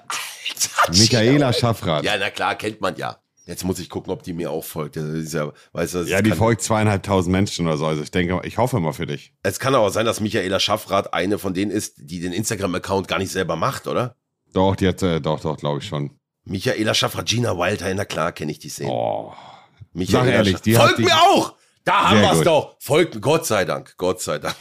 Alter, Michaela Schaffrath. Ja, na klar, kennt man ja. Jetzt muss ich gucken, ob die mir auch folgt. Das ist ja, weißt du, das Ja, die kann, folgt zweieinhalbtausend Menschen oder so. Also ich denke, ich hoffe mal für dich. es kann aber sein, dass Michaela Schaffrath eine von denen ist, die den Instagram-Account gar nicht selber macht, oder? Doch, die hat, äh, doch, doch, glaube ich schon. Michaela Schaffrath, Gina Wild, ja, na klar, kenne ich die Szene. Oh. Michaela Sag ehrlich, Schaff- die folgt hat die- mir auch! Da haben Sehr wir es gut. doch. Folgt mir, Gott sei Dank, Gott sei Dank.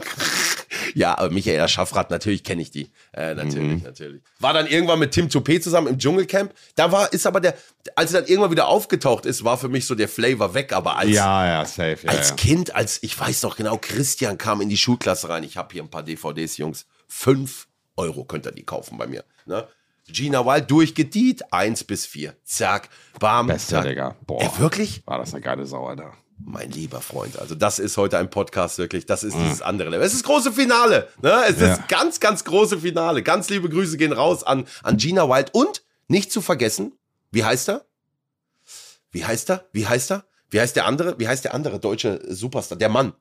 (laughs) ja, aber Michaela Schaffrath, natürlich kenne ich die. Äh, natürlich, Mhm. natürlich. War dann irgendwann mit Tim Toupet zusammen im Dschungelcamp. Da war, ist aber der, als er dann irgendwann wieder aufgetaucht ist, war für mich so der Flavor weg. Aber als, Ja, ja, safe. Ja, als ja. Kind, als, ich weiß noch genau, Christian kam in die Schulklasse rein. Ich habe hier ein paar DVDs, Jungs. Fünf Euro könnt ihr die kaufen bei mir. Ne? Gina Wild durchgedient, eins bis vier. Zack, bam, Beste, zack. Digga. Boah. Ey, wirklich? War das eine geile Sau, Alter. Mein lieber Freund, also das ist heute ein Podcast wirklich, das ist dieses andere Level. Es ist große Finale, ne? Es Mm. Ja. ist ganz, ganz große Finale. Ganz liebe Grüße gehen raus an, an Gina Wild und nicht zu vergessen, wie heißt er? Wie heißt er? Wie heißt er? Wie heißt der andere? Wie heißt der andere deutsche Superstar? Der Mann.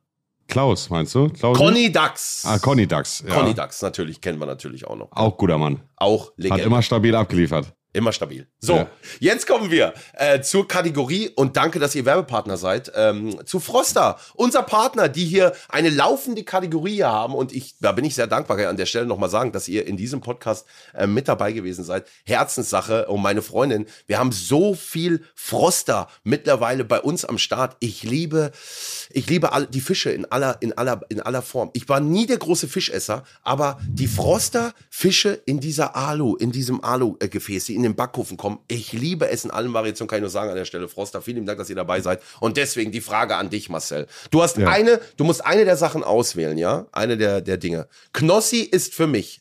Klaus, meinst du? Klaus? Conny Dax. Ah, Conny Dax. Ja. Conny Dax, natürlich, kennen wir natürlich auch noch. Auch guter Mann. Auch Hat Legende. immer stabil abgeliefert. Immer stabil. So, Ja. jetzt kommen wir äh, zur Kategorie und danke, dass ihr Werbepartner seid. Ähm, zu Froster, unser Partner, die hier eine laufende Kategorie hier haben und ich, da bin ich sehr dankbar kann ich an der Stelle nochmal sagen, dass ihr in diesem Podcast äh, mit dabei gewesen seid. Herzenssache und meine Freundin, wir haben so viel Froster mittlerweile bei uns am Start. Ich liebe, ich liebe all, die Fische in aller, in aller, in aller Form. Ich war nie der große Fischesser, aber die Froster Fische in dieser Alu, in diesem Alu-Gefäß, die in den Backofen kommen. Ich liebe es in allen Variationen, kann ich nur sagen an der Stelle. Froster, vielen lieben Dank, dass ihr dabei seid. Und deswegen die Frage an dich, Marcel. Du hast eine, du musst eine der Sachen auswählen, ja? Eine der, der Dinge. Knossi ist für mich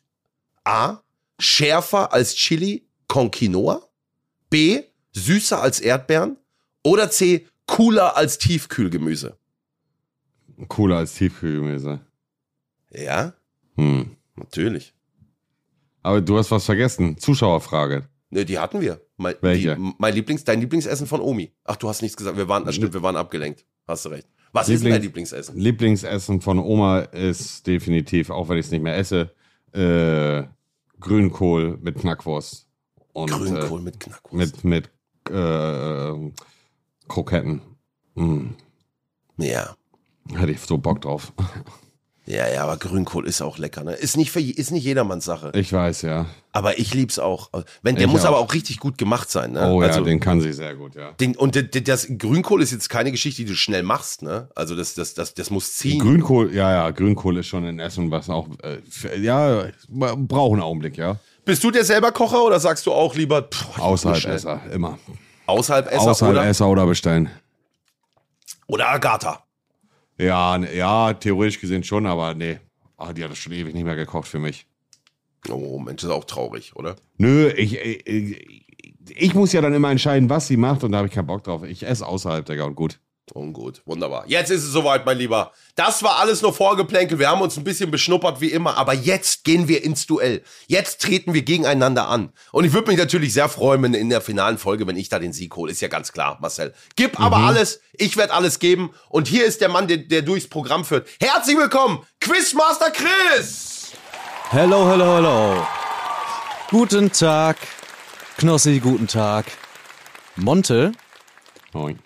A. Schärfer als Chili con Quinoa. B. Süßer als Erdbeeren. Oder C. Cooler als Tiefkühlgemüse. Cooler als Tiefkühlgemüse. Ja, Hm. natürlich. Aber du hast was vergessen. Zuschauerfrage. Ne, die hatten wir. Mein, Welche? Die, mein Lieblings, dein Lieblingsessen von Omi. Ach, du hast nichts gesagt. Wir waren, ah, stimmt, wir waren abgelenkt. Hast du recht. Was ist denn dein Lieblingsessen? Lieblingsessen von Oma ist definitiv, auch wenn ich es nicht mehr esse, äh, Grünkohl mit Knackwurst. Und, Grünkohl mit Knackwurst. Äh, mit mit äh, Kroketten. Hm. ja. Hätte ich so Bock drauf. Ja, ja, aber Grünkohl ist auch lecker, ne? Ist nicht, für, je- ist nicht jedermanns Sache. Ich weiß, ja. Aber ich lieb's auch. Wenn, der Ich muss aber auch. auch richtig gut gemacht sein, ne? Oh Also, ja, den kann sie sehr gut, ja. den, und de- de- das Grünkohl ist jetzt keine Geschichte, die du schnell machst, ne? Also das, das, das, das muss ziehen. Grünkohl, ja, ja, Grünkohl ist schon in Essen, was auch, äh, f- ja, ma- braucht einen Augenblick, ja. Bist du der selber Kocher oder sagst du auch lieber pff, ich mach Außerhalb schnell. Esser, immer. Außerhalb Esser Außerhalb oder, Esser oder bestellen. oder Agatha? Ja, ne- ja, theoretisch gesehen schon, aber nee. Ah, die hat das schon ewig nicht mehr gekocht für mich. Oh Mensch, ist auch traurig, oder? Nö, ich, ich, ich muss ja dann immer entscheiden, was sie macht und da habe ich keinen Bock drauf. Ich esse außerhalb, Digga, und gut. Und Oh, gut, wunderbar. Jetzt ist es soweit, mein Lieber. Das war alles nur Vorgeplänkel. Wir haben uns ein bisschen beschnuppert wie immer, aber jetzt gehen wir ins Duell. Jetzt treten wir gegeneinander an. Und ich würde mich natürlich sehr freuen, wenn in der finalen Folge, wenn ich da den Sieg hole. Ist ja ganz klar, Marcel. Gib aber alles. Ich werde alles geben. Und hier ist der Mann, der, der durchs Programm führt. Herzlich willkommen, Quizmaster Chris. Hello, hello, hello. Guten Tag. Knossi, guten Tag. Monte, Moin.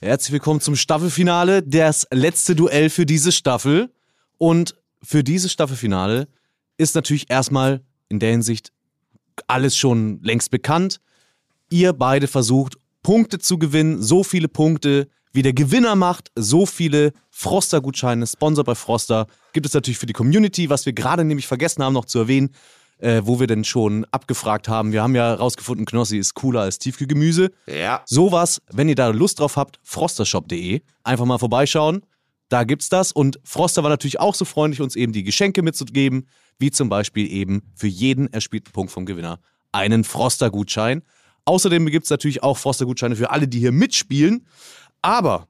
herzlich willkommen zum Staffelfinale. Das letzte Duell für diese Staffel. Und für dieses Staffelfinale ist natürlich erstmal in der Hinsicht alles schon längst bekannt. Ihr beide versucht, Punkte zu gewinnen. So viele Punkte, wie der Gewinner macht. So viele Froster-Gutscheine, Sponsor bei Froster. Gibt es natürlich für die Community, was wir gerade nämlich vergessen haben, noch zu erwähnen. Äh, wo wir denn schon abgefragt haben. Wir haben ja rausgefunden, Knossi ist cooler als Tiefkühlgemüse. Ja. Sowas, wenn ihr da Lust drauf habt, frostershop.de. Einfach mal vorbeischauen. Da gibt's das. Und Froster war natürlich auch so freundlich, uns eben die Geschenke mitzugeben, wie zum Beispiel eben für jeden erspielten Punkt vom Gewinner einen Froster-Gutschein. Außerdem gibt's natürlich auch Froster-Gutscheine für alle, die hier mitspielen. Aber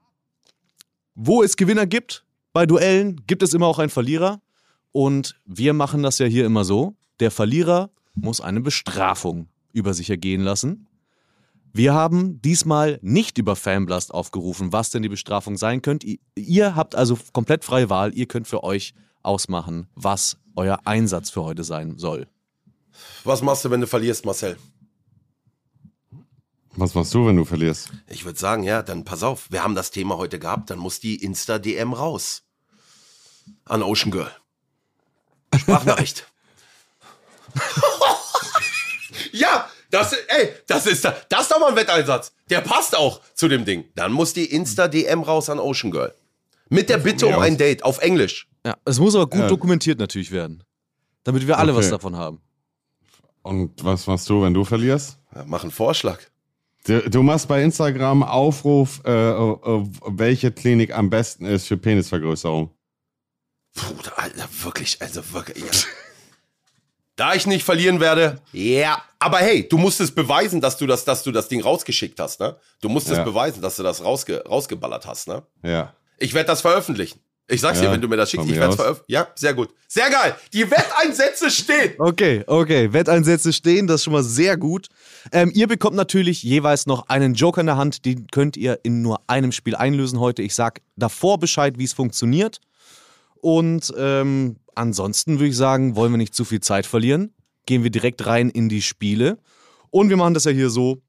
wo es Gewinner gibt bei Duellen, gibt es immer auch einen Verlierer. Und wir machen das ja hier immer so. Der Verlierer muss eine Bestrafung über sich ergehen lassen. Wir haben diesmal nicht über Fanblast aufgerufen, was denn die Bestrafung sein könnte. I- Ihr habt also komplett freie Wahl. Ihr könnt für euch ausmachen, was euer Einsatz für heute sein soll. Was machst du, wenn du verlierst, Marcel? Was machst du, wenn du verlierst? Ich würde sagen, ja, dann pass auf. Wir haben das Thema heute gehabt. Dann muss die Insta-DM raus. An Ocean Girl. Sprachnachricht. (laughs) ja, das, ey, das ist, da- das ist doch mal ein Wetteinsatz. Der passt auch zu dem Ding. Dann muss die Insta-DM raus an Ocean Girl. Mit der Bitte um mir aus. ein Date auf Englisch. Ja, es muss aber gut Ja. dokumentiert natürlich werden, damit wir alle Okay. was davon haben. Und was machst du, wenn du verlierst? Ja, mach einen Vorschlag. Du, du machst bei Instagram Aufruf, äh, äh, welche Klinik am besten ist für Penisvergrößerung. Bruder, Alter, wirklich, also wirklich. Ja. Da ich nicht verlieren werde, ja. Aber hey, du musst es beweisen, dass du das, dass du das Ding rausgeschickt hast, ne? Du musst es Ja. beweisen, dass du das rausge rausgeballert hast, ne? Ja. Ich werde das veröffentlichen. Ich sag's dir, Ja, wenn du mir das schickst, von ich mir werde aus. veröffentlichen. Ja, sehr gut. Sehr geil. Die Wetteinsätze stehen. Okay, okay. Wetteinsätze stehen, das ist schon mal sehr gut. Ähm, ihr bekommt natürlich jeweils noch einen Joker in der Hand, den könnt ihr in nur einem Spiel einlösen heute. Ich sag davor Bescheid, wie es funktioniert. Und ähm, ansonsten würde ich sagen, wollen wir nicht zu viel Zeit verlieren. Gehen wir direkt rein in die Spiele. Und wir machen das ja hier so.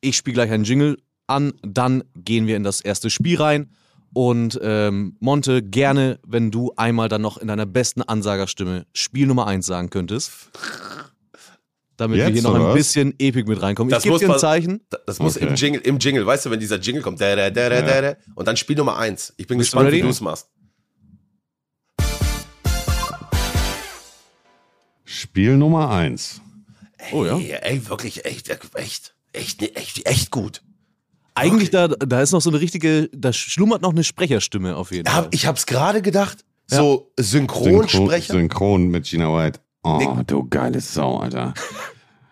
Ich spiele gleich einen Jingle an, dann gehen wir in das erste Spiel rein. Und ähm, Monte, gerne, wenn du einmal dann noch in deiner besten Ansagerstimme Spiel Nummer 1 sagen könntest. Damit wir Jetzt, hier noch oder ein was? bisschen Epic mit reinkommen. Das ich gebe muss dir ein man- Zeichen. Das muss Okay. im Jingle, im Jingle, weißt du, wenn dieser Jingle kommt, da, da, da, da, da, da, und dann Spiel Nummer eins. Ich bin Bist du gespannt, wie ready? du es machst. Spiel Nummer 1. Oh ja. Ey, ey, wirklich, echt, echt, echt, echt, echt gut. Eigentlich, da, da ist noch so eine richtige, da schlummert noch eine Sprecherstimme auf jeden Fall. Hab, ich hab's gerade gedacht, so Synchronsprecher. Synchron mit Gina White. Oh, Nee. du geile Sau, Alter.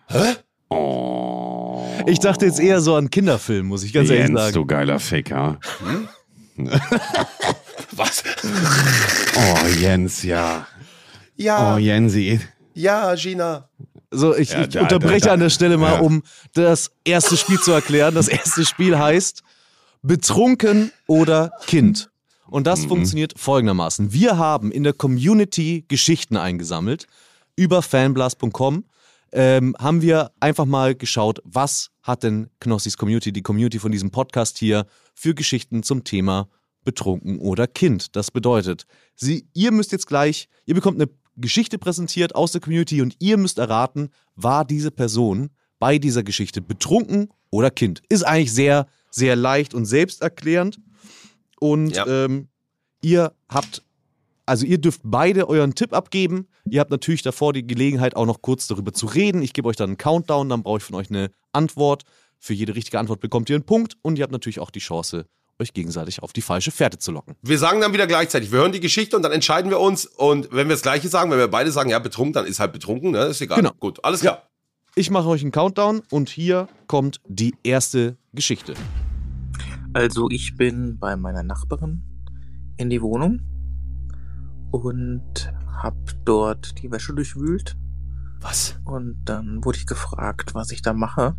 Hä? Oh. Ich dachte jetzt eher so an Kinderfilm, muss ich ganz ehrlich Jens, sagen. du geiler Ficker. (laughs) Was? Oh, Jens, ja. Ja, Oh, Jensi. ja, Gina. So, ich, Ja, ich da, unterbreche da, da. an der Stelle mal, Ja. um das erste Spiel zu erklären. Das erste Spiel heißt Betrunken oder Kind. Und Mhm. das funktioniert folgendermaßen. Wir haben in der Community Geschichten eingesammelt. Über fanblast.com ähm, haben wir einfach mal geschaut, was hat denn Knossis Community, die Community von diesem Podcast hier, für Geschichten zum Thema betrunken oder Kind. Das bedeutet, sie, ihr müsst jetzt gleich, ihr bekommt eine Geschichte präsentiert aus der Community und ihr müsst erraten, war diese Person bei dieser Geschichte betrunken oder Kind. Ist eigentlich sehr, sehr leicht und selbsterklärend. Und Ja. ähm, ihr habt, also ihr dürft beide euren Tipp abgeben. Ihr habt natürlich davor die Gelegenheit, auch noch kurz darüber zu reden. Ich gebe euch dann einen Countdown, dann brauche ich von euch eine Antwort. Für jede richtige Antwort bekommt ihr einen Punkt und ihr habt natürlich auch die Chance, euch gegenseitig auf die falsche Fährte zu locken. Wir sagen dann wieder gleichzeitig, wir hören die Geschichte und dann entscheiden wir uns. Und wenn wir das Gleiche sagen, wenn wir beide sagen, ja, betrunken, dann ist halt betrunken, ne? ist egal. Genau. Gut, alles klar. Ich mache euch einen Countdown und hier kommt die erste Geschichte. Also ich bin bei meiner Nachbarin in die Wohnung und hab dort die Wäsche durchwühlt Was? und dann wurde ich gefragt, was ich da mache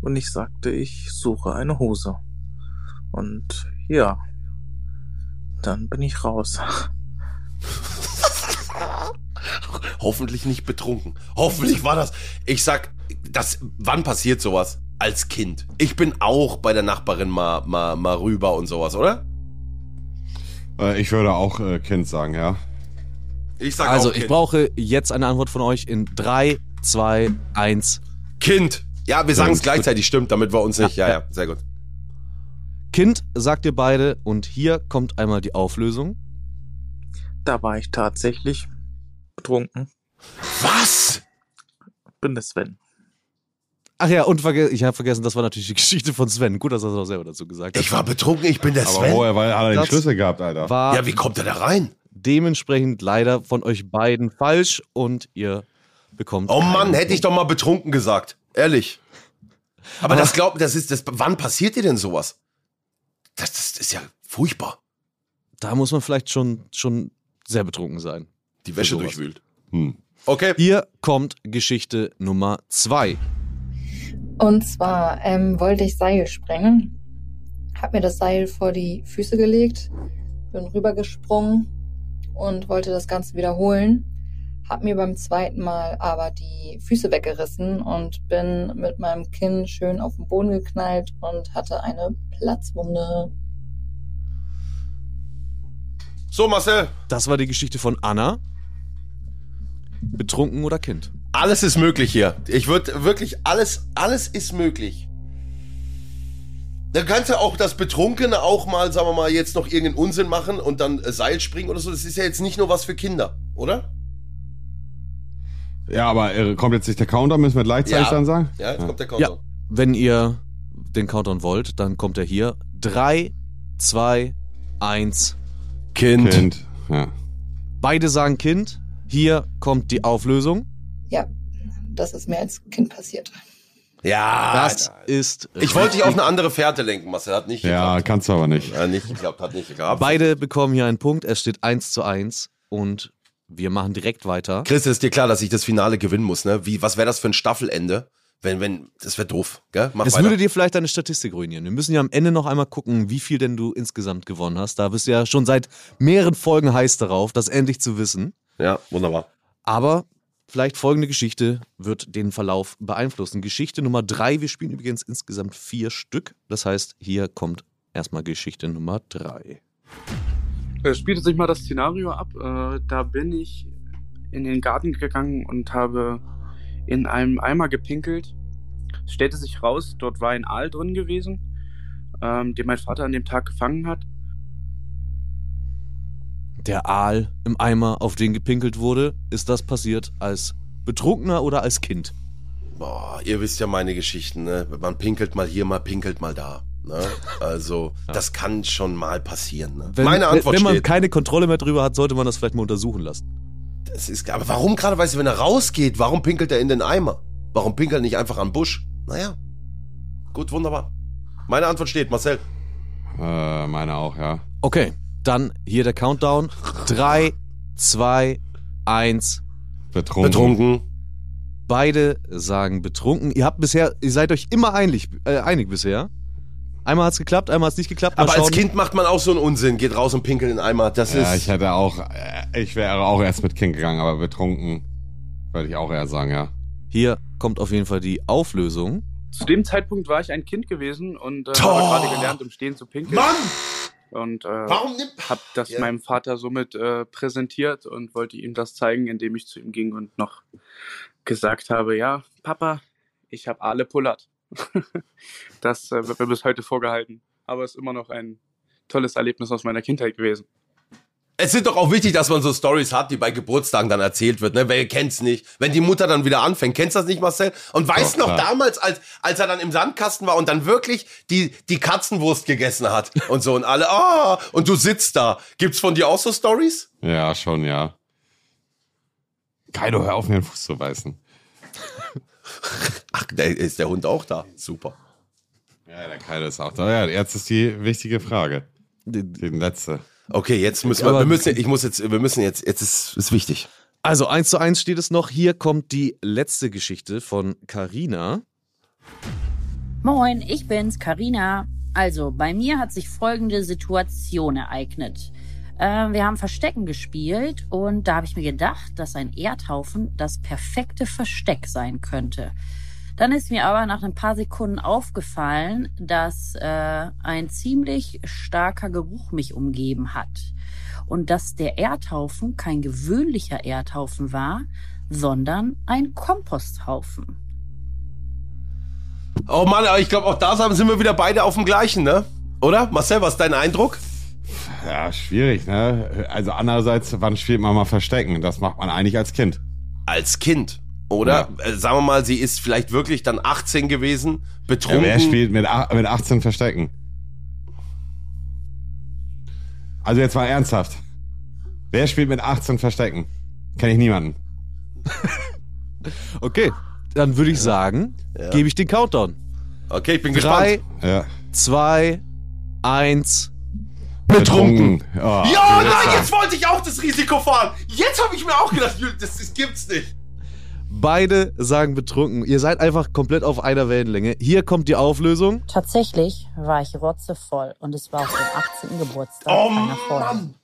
und ich sagte, ich suche eine Hose. Und ja, dann bin ich raus. (laughs) Hoffentlich nicht betrunken. Hoffentlich war das. Ich sag, das, wann passiert sowas? Als Kind. Ich bin auch bei der Nachbarin mal, mal, mal rüber und sowas, oder? Äh, ich würde auch äh, Kind sagen, ja. Ich sag Also, auch ich Kind. brauche jetzt eine Antwort von euch in 3, 2, 1. kind. Ja, wir sagen es Ja. gleichzeitig, stimmt, damit wir uns nicht. Ja, ja, sehr gut. Kind, sagt ihr beide. Und hier kommt einmal die Auflösung. Da war ich tatsächlich betrunken. Was? Bin der Sven. Ach ja, und verge ich habe vergessen, das war natürlich die Geschichte von Sven. Gut, dass er es auch selber dazu gesagt hat. Ich war betrunken, ich bin der Aber Sven. woher war, hat er den Das- Schlüssel gehabt, Alter? War Ja, wie kommt er da rein? dementsprechend leider von euch beiden falsch und ihr bekommt. Oh Mann, keinen hätte ich doch mal betrunken gesagt. Ehrlich. Aber Aber- das glaubt, das ist, das, wann passiert dir denn sowas? Das, das ist ja furchtbar. Punkt. Da muss man vielleicht schon, schon sehr betrunken sein. Die Wäsche sowas. durchwühlt. Hm. Okay. Hier kommt Geschichte Nummer 2. Und zwar ähm, wollte ich Seil sprengen, habe mir das Seil vor die Füße gelegt, bin rübergesprungen und wollte das Ganze wiederholen, habe mir beim zweiten Mal aber die Füße weggerissen und bin mit meinem Kinn schön auf den Boden geknallt und hatte eine Platzwunde. So, Marcel. Das war die Geschichte von Anna. Betrunken oder Kind? Alles ist möglich hier. Ich würde wirklich, alles, alles ist möglich. Da kannst du auch das Betrunkene auch mal, sagen wir mal, jetzt noch irgendeinen Unsinn machen und dann äh, Seil springen oder so. Das ist ja jetzt nicht nur was für Kinder, oder? Ja, aber äh, kommt jetzt nicht der Counter, müssen wir gleichzeitig Ja. dann sagen? Hm. Ja, jetzt kommt der Countdown. Wenn ihr den Countdown wollt, dann kommt er hier. 3, 2, 1. Kind. Kind. Ja. Beide sagen Kind. Hier kommt die Auflösung. Ja, das ist mir als Kind passiert. Ja. Das ist. Ich wollte dich auf eine andere Fährte lenken, Marcel. Hat nicht ja, geklappt. kannst du aber nicht. Ja, nicht geklappt, hat nicht geklappt. Beide bekommen hier einen Punkt. Es steht 1 zu 1. Und wir machen direkt weiter. Chris, ist dir klar, dass ich das Finale gewinnen muss, ne? Wie, was wäre das für ein Staffelende? Wenn, wenn, das wäre doof, gell? Mach Es weiter. würde dir vielleicht deine Statistik ruinieren. Wir müssen ja am Ende noch einmal gucken, wie viel denn du insgesamt gewonnen hast. Da bist du ja schon seit mehreren Folgen heiß darauf, das endlich zu wissen. ja, wunderbar. Aber Vielleicht folgende Geschichte wird den Verlauf beeinflussen. Geschichte Nummer drei. Wir spielen übrigens insgesamt vier Stück. Das heißt, hier kommt erstmal Geschichte Nummer drei. Äh, spielte sich mal das Szenario ab. Äh, da bin ich in den Garten gegangen und habe in einem Eimer gepinkelt. Es stellte sich raus, dort war ein Aal drin gewesen, ähm, den mein Vater an dem Tag gefangen hat. Der Aal im Eimer, auf den gepinkelt wurde, ist das passiert als Betrunkener oder als Kind? Boah, ihr wisst ja meine Geschichten, ne? Man pinkelt mal hier, mal pinkelt mal da. Ne? (laughs) Also, das kann schon mal passieren. Ne? Wenn, meine Antwort wenn man steht. keine Kontrolle mehr drüber hat, sollte man das vielleicht mal untersuchen lassen. Es ist, aber warum gerade, weißt du, wenn er rausgeht, warum pinkelt er in den Eimer? Warum pinkelt er nicht einfach an den Busch? Naja. Gut, wunderbar. Meine Antwort steht, Marcel. Äh, meine auch, ja. Okay, dann hier der Countdown. Drei, zwei, eins. Betrunken. Beide sagen betrunken. Ihr habt bisher, ihr seid euch immer einig, äh, einig bisher. Einmal hat's geklappt, einmal hat's nicht geklappt. Mal Aber als schauen. Kind macht man auch so einen Unsinn, geht raus und pinkelt in den Eimer. Das Ja, ist. ich hätte auch, äh, ich wäre auch erst mit Kind gegangen, aber betrunken würde ich auch eher sagen, ja. Hier kommt auf jeden Fall die Auflösung. Zu dem Zeitpunkt war ich ein Kind gewesen und äh, Toh. habe gerade gelernt, im Stehen zu pinkeln. Mann! Und äh, Warum nimmt. habe das Ja. meinem Vater somit äh, präsentiert und wollte ihm das zeigen, indem ich zu ihm ging und noch gesagt habe, ja, Papa, ich habe alle Pullert. (laughs) das äh, wird mir bis heute vorgehalten, aber ist immer noch ein tolles Erlebnis aus meiner Kindheit gewesen. Es sind doch auch wichtig, dass man so Stories hat, die bei Geburtstagen dann erzählt wird. Ne? Wer kennt's nicht? Wenn die Mutter dann wieder anfängt, kennst du das nicht, Marcel? Und weißt Doch, noch klar. damals, als, als er dann im Sandkasten war und dann wirklich die, die Katzenwurst gegessen (laughs) hat und so und alle, ah, und du sitzt da. Gibt's von dir auch so Stories? Ja, schon, ja. Kaido, hör auf, mir den Fuß zu beißen. Ach, der, ist der Hund auch da? Super. Ja, der Kaido ist auch da. Ja, jetzt ist die wichtige Frage. Die letzte. Okay, jetzt müssen wir, Aber- wir müssen, ich muss jetzt, wir müssen jetzt, jetzt ist, ist wichtig. Also eins zu eins steht es noch. Hier kommt die letzte Geschichte von Karina. Moin, ich bin's, Karina. Also, bei mir hat sich folgende Situation ereignet. Äh, wir haben Verstecken gespielt und da habe ich mir gedacht, dass ein Erdhaufen das perfekte Versteck sein könnte. Dann ist mir aber nach ein paar Sekunden aufgefallen, dass äh, ein ziemlich starker Geruch mich umgeben hat und dass der Erdhaufen kein gewöhnlicher Erdhaufen war, sondern ein Komposthaufen. Oh Mann, aber ich glaube, auch da sind wir wieder beide auf dem gleichen, ne? Oder? Marcel, was ist dein Eindruck? Ja, schwierig, ne? Also andererseits, wann spielt man mal Verstecken? Das macht man eigentlich als Kind. als Kind. Oder äh, sagen wir mal, sie ist vielleicht wirklich dann 18 gewesen, Ja, betrunken. wer spielt mit, ach- mit 18 Verstecken? Also jetzt mal ernsthaft. Wer spielt mit 18 Verstecken? Kenne ich niemanden. Okay, dann würde ich sagen, gebe ich den Countdown. Okay, ich bin Drei, gespannt. Ja. zwei, eins. Oh, Ja, nein, jetzt wollte ich auch das Risiko fahren. Jetzt habe ich mir auch gedacht, das, das gibt's nicht. Beide sagen betrunken. Ihr seid einfach komplett auf einer Wellenlänge. Hier kommt die Auflösung. Tatsächlich war ich rotzevoll und es war auf dem 18. Geburtstag Oh einer Freundin. Mann.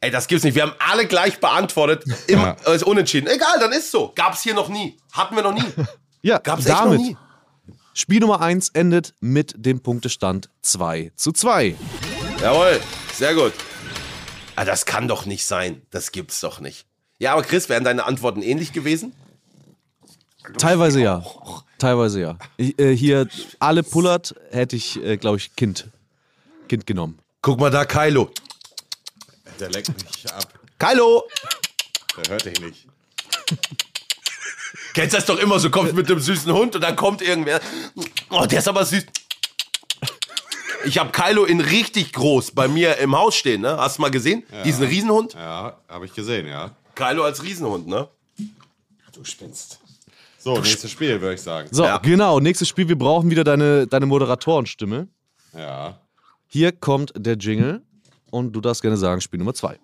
Ey, das gibt's nicht. Wir haben alle gleich (laughs) beantwortet. Im, Ja. äh, ist unentschieden. Egal, dann ist so. Gab's hier noch nie. Hatten wir noch nie. Ja, Gab's damit. echt noch nie. Spiel Nummer 1 endet mit dem Punktestand 2 zu 2. Jawohl, sehr gut. Ah, das kann doch nicht sein. Das gibt's doch nicht. Ja, aber Chris, wären deine Antworten ähnlich gewesen? Teilweise ja. Teilweise ja. Ich, äh, hier alle Pullert hätte ich, äh, glaube ich, Kind. Kind genommen. Guck mal da, Kylo. Der leckt mich ab. Kylo! Der hört dich nicht. Kennst das doch immer, so kommst mit dem süßen Hund und dann kommt irgendwer. Oh, der ist aber süß. Ich habe Kylo in richtig groß bei mir im Haus stehen, ne? Hast du mal gesehen? Diesen Riesenhund? Ja, habe ich gesehen, ja. Kylo als Riesenhund, ne? Du spinnst. So, nächstes Spiel, würde ich sagen. So, Ja. genau. Nächstes Spiel. Wir brauchen wieder deine, deine Moderatorenstimme. Ja. Hier kommt der Jingle. Und du darfst gerne sagen, Spiel Nummer 2.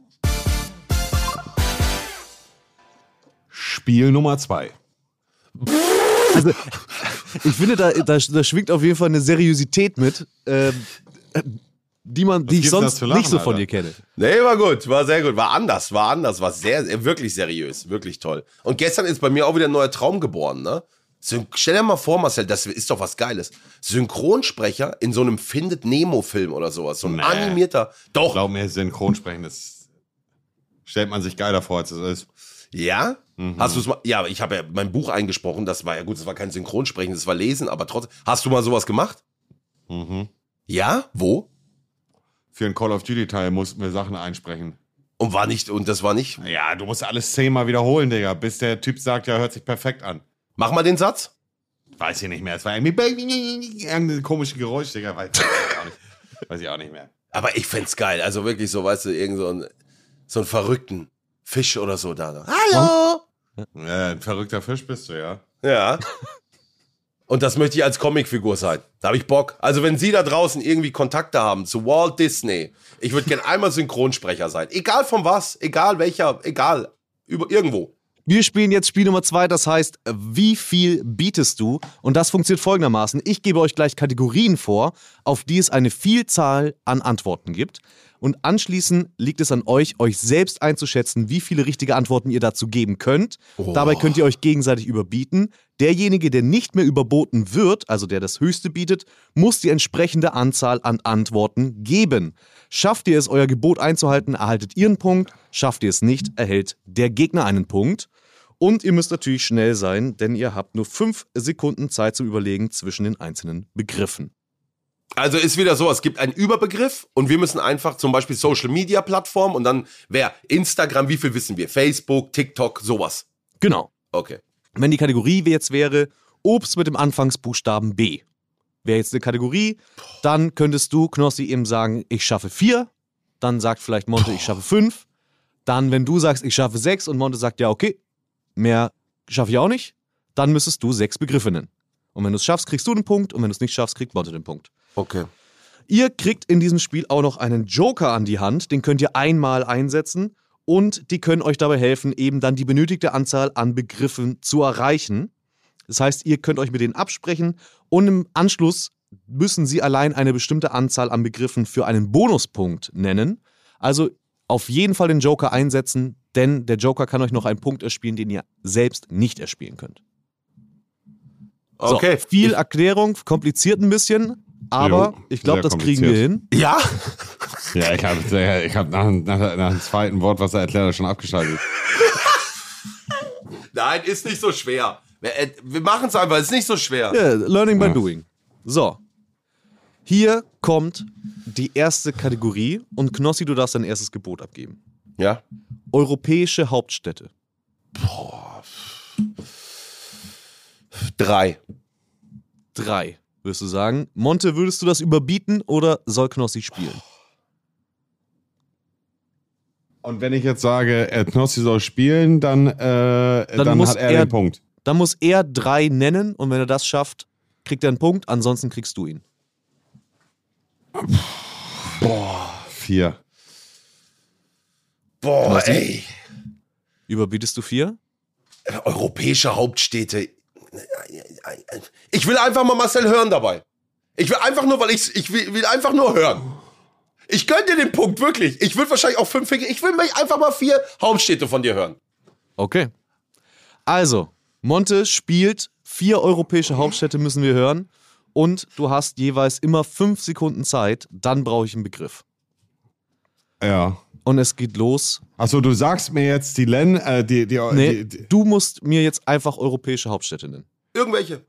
Spiel Nummer zwei. Ich finde, da, da, da schwingt auf jeden Fall eine Seriosität mit. Ähm, die, man, die ich gibt's das sonst zu lachen, nicht so von Alter? dir kenne. Nee, war gut, war sehr gut, war anders, war anders, war sehr, sehr- wirklich seriös, wirklich toll. Und gestern ist bei mir auch wieder ein neuer Traum geboren, ne? Syn Stell dir mal vor, Marcel, das ist doch was Geiles. Synchronsprecher in so einem Findet Nemo-Film oder sowas, so ein Nee. animierter. Doch, Glaub mir, synchron sprechen, das stellt man sich geiler vor, als es ist. Mhm, ja? Hast du es mal? Ja, aber ich habe ja mein Buch eingesprochen, das war ja gut, das war kein Synchronsprechen, das war Lesen, aber trotzdem. Hast du mal sowas gemacht? Mhm. Ja? Wo? Für einen Call of Duty-Teil mussten wir Sachen einsprechen. Und war nicht, und das war nicht. Ja, du musst alles zehnmal wiederholen, Digga, bis der Typ sagt, ja, hört sich perfekt an. Mach mal den Satz. Weiß ich nicht mehr. Es war irgendwie irgendein komisches Geräusch, Digga. Weiß ich auch nicht, weiß ich auch nicht mehr. Aber ich find's geil. Also wirklich so, weißt du, irgend so ein, so einen verrückten Fisch oder so da. Hallo! Ja, Äh, ein verrückter Fisch bist du, ja. Ja. Und das möchte ich als Comicfigur sein. Da habe ich Bock. Also wenn Sie da draußen irgendwie Kontakte haben zu Walt Disney, ich würde gern einmal Synchronsprecher sein. Egal von was, egal welcher, egal. Über irgendwo. Wir spielen jetzt Spiel Nummer zwei, das heißt, wie viel bietest du? Und das funktioniert folgendermaßen. Ich gebe euch gleich Kategorien vor, auf die es eine Vielzahl an Antworten gibt. Und anschließend liegt es an euch, euch selbst einzuschätzen, wie viele richtige Antworten ihr dazu geben könnt. Dabei könnt ihr euch gegenseitig überbieten. Derjenige, der nicht mehr überboten wird, also der das Höchste bietet, muss die entsprechende Anzahl an Antworten geben. Schafft ihr es, euer Gebot einzuhalten, erhaltet ihr einen Punkt. Schafft ihr es nicht, erhält der Gegner einen Punkt. Und ihr müsst natürlich schnell sein, denn ihr habt nur fünf Sekunden Zeit zum Überlegen zwischen den einzelnen Begriffen. Also ist wieder so, es gibt einen Überbegriff und wir müssen einfach zum Beispiel Social Media Plattform und dann wer? Instagram, wie viel wissen wir? Facebook, TikTok, sowas. Genau. Okay. Wenn die Kategorie jetzt wäre Obst mit dem Anfangsbuchstaben B, wäre jetzt eine Kategorie, dann könntest du, Knossi, eben sagen, ich schaffe vier. Dann sagt vielleicht Monte, ich schaffe fünf. Dann, wenn du sagst, ich schaffe sechs und Monte sagt, ja, okay, mehr schaffe ich auch nicht, dann müsstest du sechs Begriffe nennen. Und wenn du es schaffst, kriegst du den Punkt und wenn du es nicht schaffst, kriegt Monte den Punkt. Okay. Ihr kriegt in diesem Spiel auch noch einen Joker an die Hand, den könnt ihr einmal einsetzen und die können euch dabei helfen, eben dann die benötigte Anzahl an Begriffen zu erreichen. Das heißt, ihr könnt euch mit denen absprechen und im Anschluss müssen sie allein eine bestimmte Anzahl an Begriffen für einen Bonuspunkt nennen. Also auf jeden Fall den Joker einsetzen, denn der Joker kann euch noch einen Punkt erspielen, den ihr selbst nicht erspielen könnt. Okay. So, viel Erklärung, kompliziert ein bisschen, aber Jo, ich glaube, sehr das kriegen wir kompliziert. hin. Ja? Ja, ich habe ich hab nach, nach, nach dem zweiten Wort, was er erklärt hat, schon abgeschaltet. Nein, ist nicht so schwer. Wir, äh, wir machen es einfach, ist nicht so schwer. Ja, learning by Ja. doing. So. Hier kommt die erste Kategorie und Knossi, du darfst dein erstes Gebot abgeben. Ja. Europäische Hauptstädte. Drei. Drei, würdest du sagen. Monte, würdest du das überbieten oder soll Knossi spielen? Und wenn ich jetzt sage, äh, Knossi soll spielen, dann, äh, dann, muss hat er, er- den Punkt. Dann muss er drei nennen und wenn er das schafft, kriegt er einen Punkt, ansonsten kriegst du ihn. Vier. Boah, ey. Überbietest du vier? Europäische Hauptstädte. Ich will einfach mal Marcel hören dabei. Ich will einfach nur, weil ich, ich will, will einfach nur hören. Ich gönn dir den Punkt, wirklich. Ich würde wahrscheinlich auch fünf Finger. Ich will mich einfach mal vier Hauptstädte von dir hören. Okay. Also, Monte spielt vier europäische Hauptstädte, müssen wir hören. Und du hast jeweils immer fünf Sekunden Zeit, dann brauche ich einen Begriff. Ja. Und es geht los. Achso, du sagst mir jetzt die Len, äh, die, die, Nee, die, die du musst mir jetzt einfach europäische Hauptstädte nennen. Irgendwelche.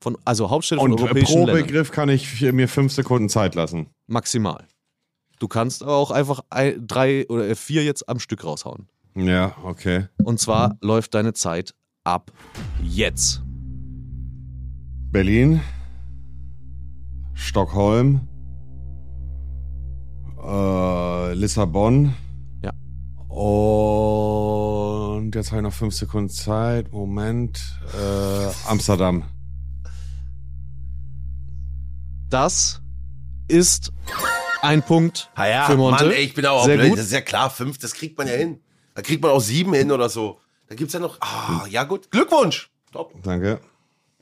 Von, also Hauptstädte von und äh, europäischen pro Ländern. Begriff kann ich mir fünf Sekunden Zeit lassen. Maximal. Du kannst aber auch einfach ein, drei oder äh, vier jetzt am Stück raushauen. Ja, okay. Und zwar läuft deine Zeit ab jetzt. Berlin, Stockholm, äh, Lissabon. Ja. Und jetzt habe ich noch fünf Sekunden Zeit. Moment. Äh, Amsterdam. Das ist ein Punkt Ah ja, für Monte. Mann, ey, ich bin auch Sehr blöd. gut. Das ist ja klar, fünf, das kriegt man ja hin. Da kriegt man auch sieben hin oder so. Da gibt's ja noch. Ah, ja gut. Glückwunsch. Top. Danke.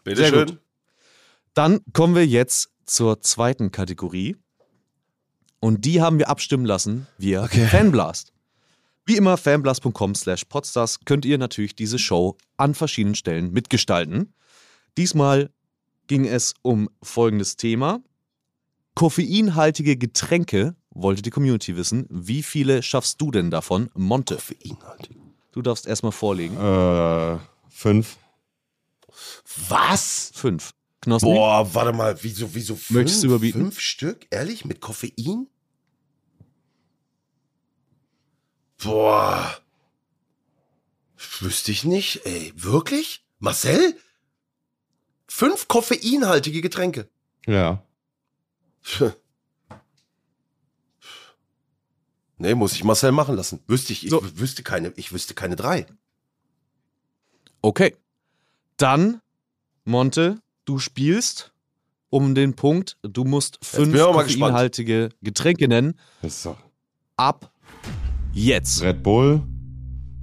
Bitte schön. Dann kommen wir jetzt zur zweiten Kategorie. Und die haben wir abstimmen lassen via Fanblast. Wie immer, fanblast.com slash podstars könnt ihr natürlich diese Show an verschiedenen Stellen mitgestalten. Diesmal ging es um folgendes Thema. Koffeinhaltige Getränke wollte die Community wissen. Wie viele schaffst du denn davon, Monte? Du darfst erstmal vorlegen. Äh, fünf. Was? Fünf. Knospen. Boah, warte mal, wieso, wieso fünf? Möchtest du überbieten? Fünf Stück? Ehrlich? Mit Koffein? Boah. Wüsste ich nicht, ey. Wirklich? Marcel? Fünf koffeinhaltige Getränke. Ja. Nee, muss ich Marcel machen lassen. Wüsste ich, ich So. wüsste keine, ich wüsste keine drei. Okay. Dann, Monte, du spielst um den Punkt, du musst fünf bin ich auch mal gespannt. koffeinhaltige Getränke nennen. Das ist doch Ab jetzt. Red Bull,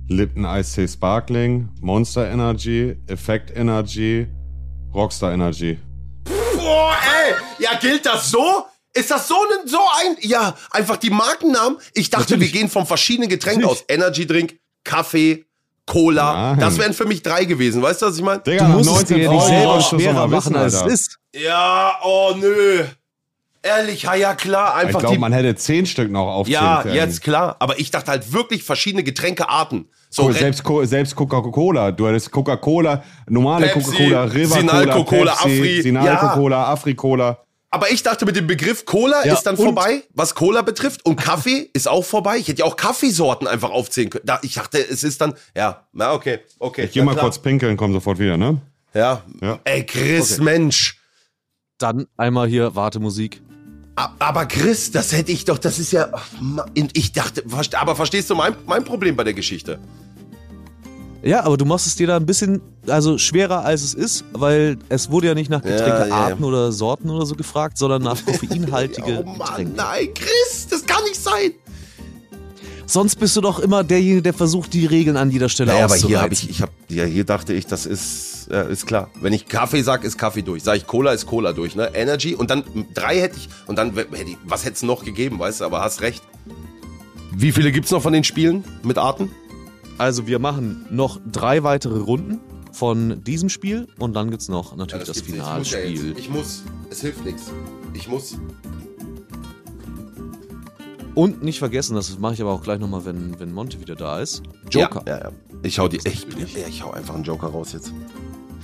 Lipton Eistee Sparkling, Monster Energy, Effect Energy, Rockstar Energy. Boah, ey! Ja, gilt das so? Ist das so ein, so ein, ja, einfach die Markennamen? Ich dachte, wir gehen von verschiedenen Getränken aus. Energy Drink, Kaffee, Cola. Nein. Das wären für mich drei gewesen. Weißt du, was ich meine? Digga, Du musst es dir ja nicht Fragen musst du selber es doch schwerer mal wissen, machen, als es Alter. ist. Ja, oh, nö. Ehrlich, ja, ja, klar. Ich Einfach glaube, die, man hätte zehn Stück noch aufzählen ja, können. jetzt klar. Aber ich dachte halt wirklich verschiedene Getränkearten. So, Cool, Red- selbst, Co- selbst Coca-Cola. Du hättest Coca-Cola, normale Pepsi, Coca-Cola, River Sinalco-Cola, Cola, Pepsi, Afri. Sinalco-Cola, Afri-Cola. Aber ich dachte, mit dem Begriff Cola Ja, ist dann und- vorbei, was Cola betrifft. Und Kaffee (laughs) ist auch vorbei. Ich hätte ja auch Kaffeesorten einfach aufzählen können. Da, ich dachte, es ist dann, ja, na okay, okay. Ich geh na mal klar. kurz pinkeln, komm sofort wieder, ne? Ja. Ja. Ey, Chris, Mensch. Dann einmal hier Wartemusik. A- Aber Chris, das hätte ich doch, das ist ja, ach, Ma- ich dachte, verst- aber verstehst du mein, mein Problem bei der Geschichte? Ja, aber du machst es dir da ein bisschen also schwerer, als es ist, weil es wurde ja nicht nach ja, Getränkearten ja. oder Sorten oder so gefragt, (laughs) sondern nach koffeinhaltige oh Mann, Getränke. nein, Chris, das kann nicht sein. Sonst bist du doch immer derjenige, der versucht, die Regeln an jeder Stelle Naja, aber auszureizen. hier habe ich, ich habe, ja, hier dachte ich, das ist, ja, ist klar. Wenn ich Kaffee sag, ist Kaffee durch. Sag ich Cola, ist Cola durch, ne? Energy und dann m, drei hätte ich und dann w- hätte ich, was hätte es noch gegeben, weißt du? Aber hast recht. Wie viele gibt's noch von den Spielen mit Arten? Also wir machen noch drei weitere Runden von diesem Spiel und dann gibt's noch natürlich das, Finalspiel. Ich muss. Es hilft nichts. Ich muss. und nicht vergessen, das mache ich aber auch gleich nochmal, wenn, wenn Monte wieder da ist. Joker. Ja, ja, ja. Ich hau die. Ich, bin- ja, ich hau einfach einen Joker raus jetzt.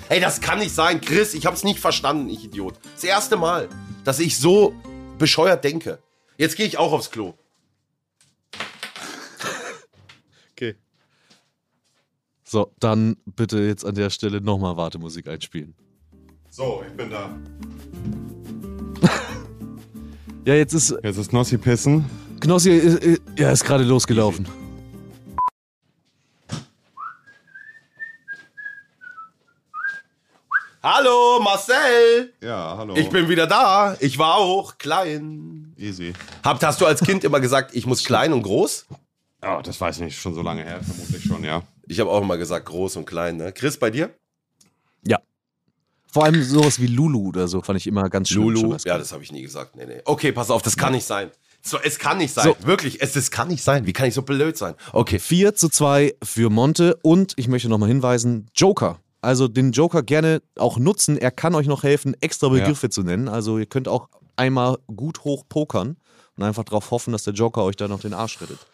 Ey, das kann nicht sein, Chris. Ich hab's nicht verstanden, ich Idiot. Das erste Mal, dass ich so bescheuert denke. Jetzt gehe ich auch aufs Klo. So, dann bitte jetzt an der Stelle nochmal Wartemusik einspielen. So, ich bin da. Ja, jetzt ist Jetzt ist Knossi pissen. Knossi ist, ist- ja, ist gerade losgelaufen. Hallo, Marcel! Ja, hallo. Ich bin wieder da. Ich war auch klein. easy. Habt, hast du als Kind immer gesagt, ich muss klein und groß? Ja, das weiß ich nicht, schon so lange her, vermutlich schon, ja. Ich habe auch immer gesagt, groß und klein. Ne? Chris, bei dir? Vor allem sowas wie Lulu oder so fand ich immer ganz schlimm. schon als Ja, Kind. das habe ich nie gesagt. Nee, nee. Okay, pass auf, das kann nicht sein. So, es kann nicht sein. So. Wirklich, es das kann nicht sein. Wie kann ich so blöd sein? Okay. 4 zu 2 für Monte und ich möchte nochmal hinweisen, Joker. Also den Joker gerne auch nutzen. Er kann euch noch helfen, extra Begriffe zu nennen. Also ihr könnt auch einmal gut hoch pokern und einfach darauf hoffen, dass der Joker euch da noch den Arsch rettet.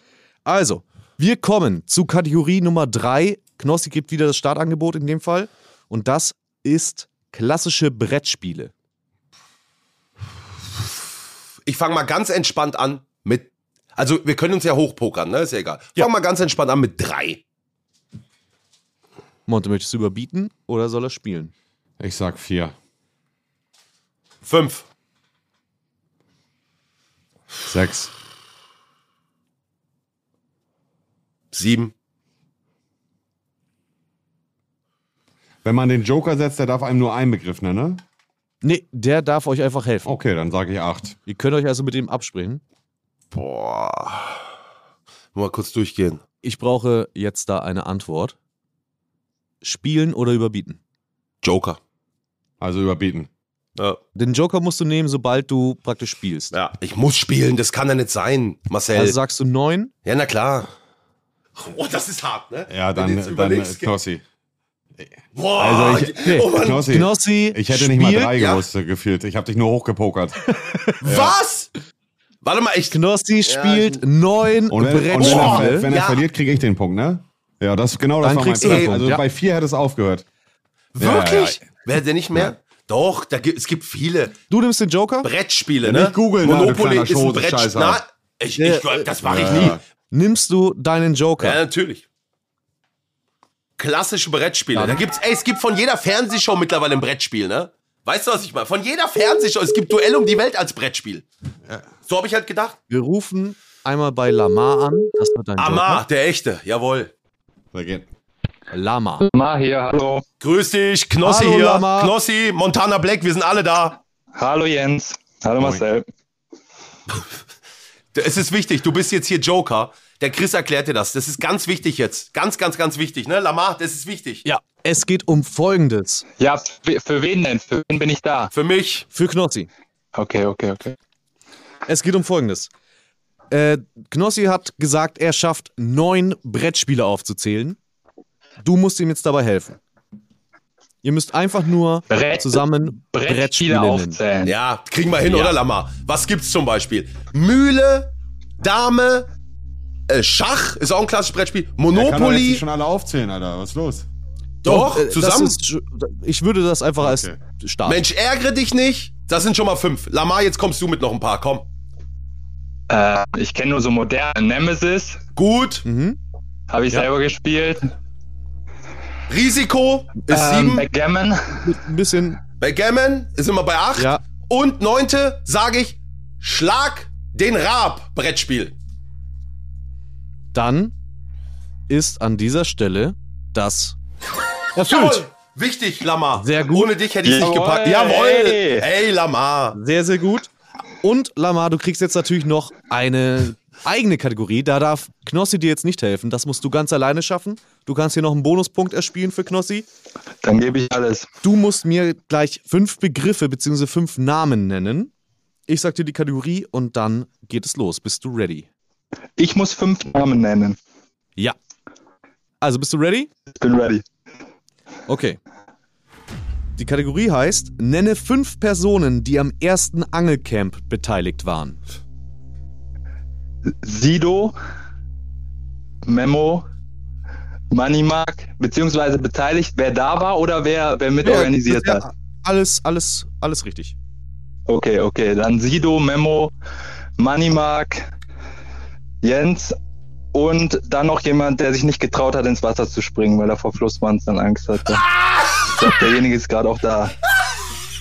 Also, wir kommen zu Kategorie Nummer 3. Knossi gibt wieder das Startangebot in dem Fall. Und das ist klassische Brettspiele. Ich fange mal ganz entspannt an mit. Also, wir können uns ja hochpokern, ne? Ist ja egal. Fang mal ganz entspannt an mit drei. Monte, möchtest du überbieten oder soll er spielen? Ich sag vier. Fünf. Sechs. Sieben. Wenn man den Joker setzt, der darf einem nur einen Begriff nennen, ne? Nee, der darf euch einfach helfen. Okay, dann sage ich acht. Ihr könnt euch also mit ihm absprechen. Boah. Mal kurz durchgehen. Ich brauche jetzt da eine Antwort. Spielen oder überbieten? Joker. Also überbieten. Ja. Den Joker musst du nehmen, sobald du praktisch spielst. ja. Ich muss spielen, das kann ja nicht sein, Marcel. Also sagst du neun. ja, na klar. Oh, das ist hart, ne? Ja, Wenn dann, du jetzt dann überlegst, Knossi. Boah, Also ich, nee, oh Mann, Knossi, Knossi ich hätte nicht mal spielt- drei ja. gewusst, äh, gefühlt. Ich habe dich nur hochgepokert. was? Warte mal, ich Knossi spielt neun Und wenn, und wenn, Boah, er, Brettspiele. wenn er ja. verliert, kriege ich den Punkt, ne? Ja, das genau das Dann war mein kriegst du den Punkt. Punkt, Also ja. bei vier hätte es aufgehört. wirklich? Ja, ja, Wer hat denn nicht mehr? Doch, da gibt, es gibt viele Du nimmst den Joker? Brettspiele, Ja, ne? nicht googeln, ne, du Monopoly kleiner ist ein Schose, Brettspiel. Scheißer. Na, ich, ich, das mache ich nie. ja. Nimmst du deinen Ja, Joker? natürlich. Klassische Brettspiele. Da gibt's, ey, es gibt von jeder Fernsehshow mittlerweile ein Brettspiel, ne? Weißt du, was ich meine? Von jeder Fernsehshow. Es gibt Duell um die Welt als Brettspiel. So habe ich halt gedacht. Wir rufen einmal bei Lamar an. Das wird dein Amar, der Echte. Jawohl. Da geht. Joker. Lamar. Ma hier, hallo. Grüß dich, Knossi Hallo, hier. Lama. Knossi, Montana Black, wir sind alle da. Hallo Jens. Hallo Marcel. (laughs) Es ist wichtig, du bist jetzt hier Joker. Der Chris erklärt dir das. Das ist ganz wichtig jetzt. Ganz, ganz, ganz wichtig, ne? Lamar, das ist wichtig. Ja, es geht um Folgendes. Ja, für, für wen denn? Für wen bin ich da? Für mich. Für Knossi. Okay, okay, okay. Es geht um Folgendes. Äh, Knossi hat gesagt, er schafft neun Brettspiele aufzuzählen. Du musst ihm jetzt dabei helfen. Ihr müsst einfach nur Brett- zusammen Brettspiele Brettspiele nennen. aufzählen. Ja, kriegen wir hin, oder Lamar? Was gibt's zum Beispiel? Mühle, Dame, äh, Schach ist auch ein klassisches Brettspiel. Der kann doch jetzt Monopoly, nicht schon alle aufzählen, Alter. Was ist los? doch, äh, das zusammen. ist sch- ich würde das einfach als Okay. Start. Mensch, ärgere dich nicht. Das sind schon mal fünf. Lamar, jetzt kommst du mit noch ein paar. Komm. Äh, ich kenne nur so moderne Nemesis. Gut. Mhm. Habe ich Ja. selber gespielt. Risiko ist Ähm, sieben. Backgammon. Ein bisschen, Backgammon ist immer bei acht. ja. Und neunte, sage ich, Schlag den Raab. Brettspiel. Dann ist an dieser Stelle das erfüllt. Wichtig, Lamar. Sehr gut. Ohne dich hätte ich es nicht Jawohl. gepackt. Jawohl. Hey. Hey, Lamar. Sehr, sehr gut. Und Lamar, du kriegst jetzt natürlich noch eine eigene Kategorie. Da darf Knossi dir jetzt nicht helfen. Das musst du ganz alleine schaffen. Du kannst hier noch einen Bonuspunkt erspielen für Knossi. Dann gebe ich alles. Du musst mir gleich fünf Begriffe bzw. fünf Namen nennen. Ich sag dir die Kategorie und dann geht es los. Bist du ready? Ich muss fünf Namen nennen. Ja. Also bist du ready? Ich bin ready. Okay. Die Kategorie heißt, nenne fünf Personen, die am ersten Angelcamp beteiligt waren. Sido, Memo, Moneymark, beziehungsweise beteiligt, wer da war oder wer, wer mitorganisiert Ja, hat. Alles, alles, alles richtig. Okay, okay. Dann Sido, Memo, Moneymark, Jens und dann noch jemand, der sich nicht getraut hat, ins Wasser zu springen, weil er vor Flussmonstern Angst hatte. Ich glaube, derjenige ist gerade auch (laughs) da.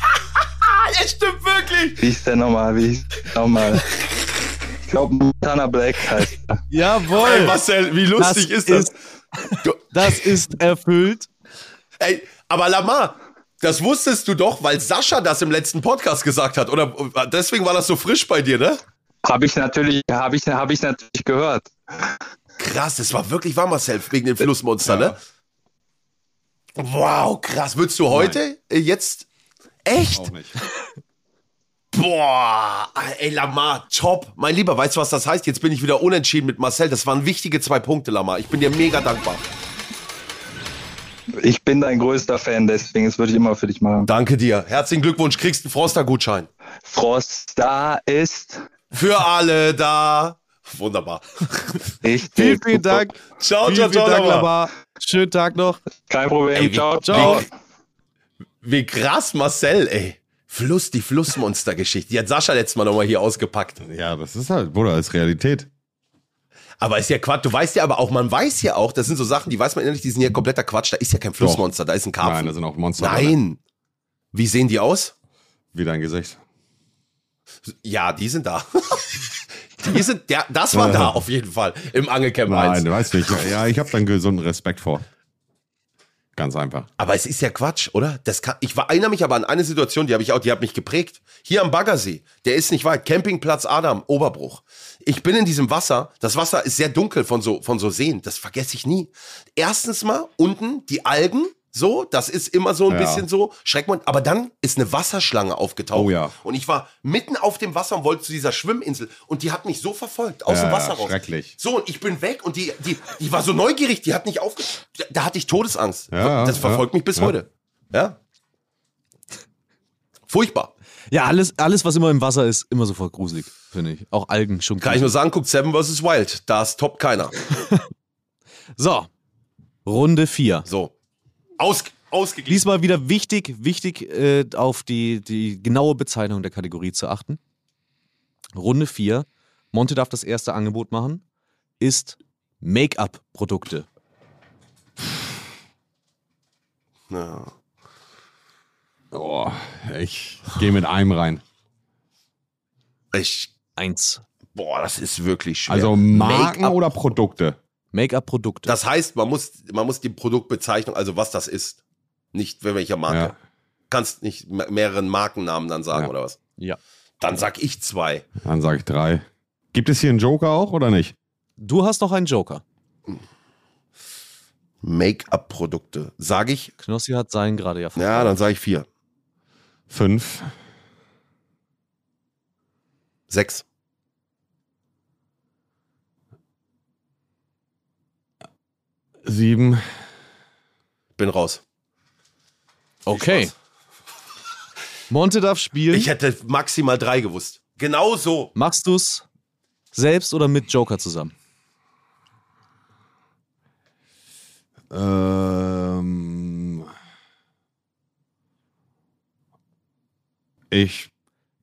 Ah, es stimmt wirklich. Wie ist der nochmal? Wie ist der nochmal? Ich glaube, Montana Black heißt er. Jawohl! Ey, Marcel, wie lustig ist das? Du- das (laughs) ist erfüllt. Ey, aber Lamar, das wusstest du doch, weil Sascha das im letzten Podcast gesagt hat. Oder deswegen war das so frisch bei dir, ne? Habe ich natürlich, habe ich, habe ich natürlich gehört. Krass, das war wirklich wahr, Marcel, wegen dem Flussmonster, ne? Wow, krass. Würdest du heute äh, jetzt. Echt? Auch nicht. Boah, ey, Lamar, top. Mein Lieber, weißt du, was das heißt? Jetzt bin ich wieder unentschieden mit Marcel. Das waren wichtige zwei Punkte, Lamar. Ich bin dir mega dankbar. Ich bin dein größter Fan, deswegen das würde ich immer für dich machen. Danke dir. Herzlichen Glückwunsch. Kriegst einen Froster-Gutschein. Frost da ist. Für alle da. Wunderbar. Richtig. Vielen, vielen Dank. (laughs) Ciao, Vielen, ciao, vielen ciao, Dank, Lamar. Labar. Schönen Tag noch. Kein Problem. wie- ciao, ciao. Wie, wie krass, Marcel, ey. Fluss, die Flussmonster-Geschichte. Die hat Sascha letztes Mal nochmal hier ausgepackt. Ja, das ist halt, Bruder, das ist Realität. Aber ist ja Quatsch. Du weißt ja aber auch, man weiß ja auch, das sind so Sachen, die weiß man innerlich, die sind ja kompletter Quatsch. Da ist ja kein Flussmonster, da ist ein Nein, also Karpfen. da sind auch Monster. Nein. Wie sehen die aus? Wie dein Gesicht. Ja, die sind da. (laughs) die sind, ja, das war da auf jeden Fall im Angelcamp 1. Nein, du weißt nicht. Ja, ich habe dann gesunden Respekt vor. Ganz einfach. Aber es ist ja Quatsch, oder? Das kann, ich war- erinnere mich aber an eine Situation, die habe ich auch, die hat mich geprägt. Hier am Baggersee, der ist nicht weit, Campingplatz Adam, Oberbruch. Ich bin in diesem Wasser, das Wasser ist sehr dunkel von so, von so Seen, das vergesse ich nie. Erstens mal unten die Algen, So, das ist immer so ein Ja. bisschen so. Schreckmund. Aber dann ist eine Wasserschlange aufgetaucht. Oh ja. Und ich war mitten auf dem Wasser und wollte zu dieser Schwimminsel. Und die hat mich so verfolgt, aus Ja, dem Wasser ja, raus. Äh, schrecklich. So, und ich bin weg und die, die, die war so neugierig, die hat nicht aufge... Da, da hatte ich Todesangst. Ja, das ja, verfolgt mich bis ja. heute. Ja. Furchtbar. Ja, alles, alles, was immer im Wasser ist, immer sofort gruselig, finde ich. Auch Algen schon Kann ich nur sagen, guckt Seven vs. Wild. Da ist top keiner. So, Runde 4. So. Aus, ausgeglichen. Diesmal wieder wichtig, wichtig äh, auf die, die genaue Bezeichnung der Kategorie zu achten. Runde 4. Monte darf das erste Angebot machen. Ist Make-up-Produkte. Ja. Oh, ich gehe mit einem rein. Ich, Eins. boah, das ist wirklich schwer. Also Marken Make-up. oder Produkte? Make-up-Produkte. Das heißt, man muss, man muss die Produktbezeichnung, also was das ist. Nicht für welcher Marke. Ja. Kannst nicht me- mehreren Markennamen dann sagen Ja. oder was? Ja. Dann sag ich zwei. Dann sage ich drei. Gibt es hier einen Joker auch oder nicht? Du hast noch einen Joker. Make-up-Produkte. Sag ich? Knossi hat seinen gerade ja Ja, dann sage ich vier. Fünf. Sechs. Sieben. Bin raus. Okay. Monte darf spielen. Ich hätte maximal drei gewusst. Genau so. Machst du's selbst oder mit Joker zusammen? Ähm, ich.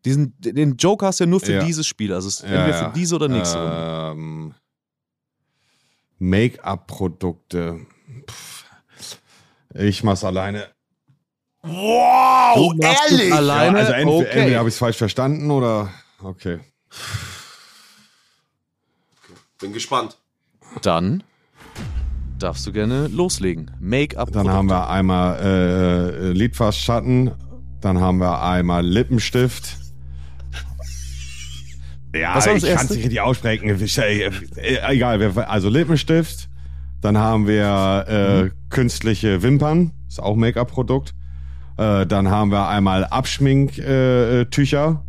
Diesen, den Joker hast du ja nur für Ja. dieses Spiel. Also es ist ja, entweder ja. für diese oder nächste Runde. ähm, Make-up-Produkte. Pff. Ich mach's alleine. Wow, Du machst es Alleine? also entweder, okay. entweder habe ich es falsch verstanden oder. Okay. Bin gespannt. Dann darfst du gerne loslegen. Make-up. Dann haben wir einmal äh, äh, Lidfastschatten, dann haben wir einmal Lippenstift. Ja, Was war das ich kann es Erste? nicht richtig aussprechen. Äh, Egal, wir- also Lippenstift, dann haben wir äh, Mhm. künstliche Wimpern, ist auch Make-up-Produkt. Äh, dann haben wir einmal Abschminktücher. Äh, Tücher.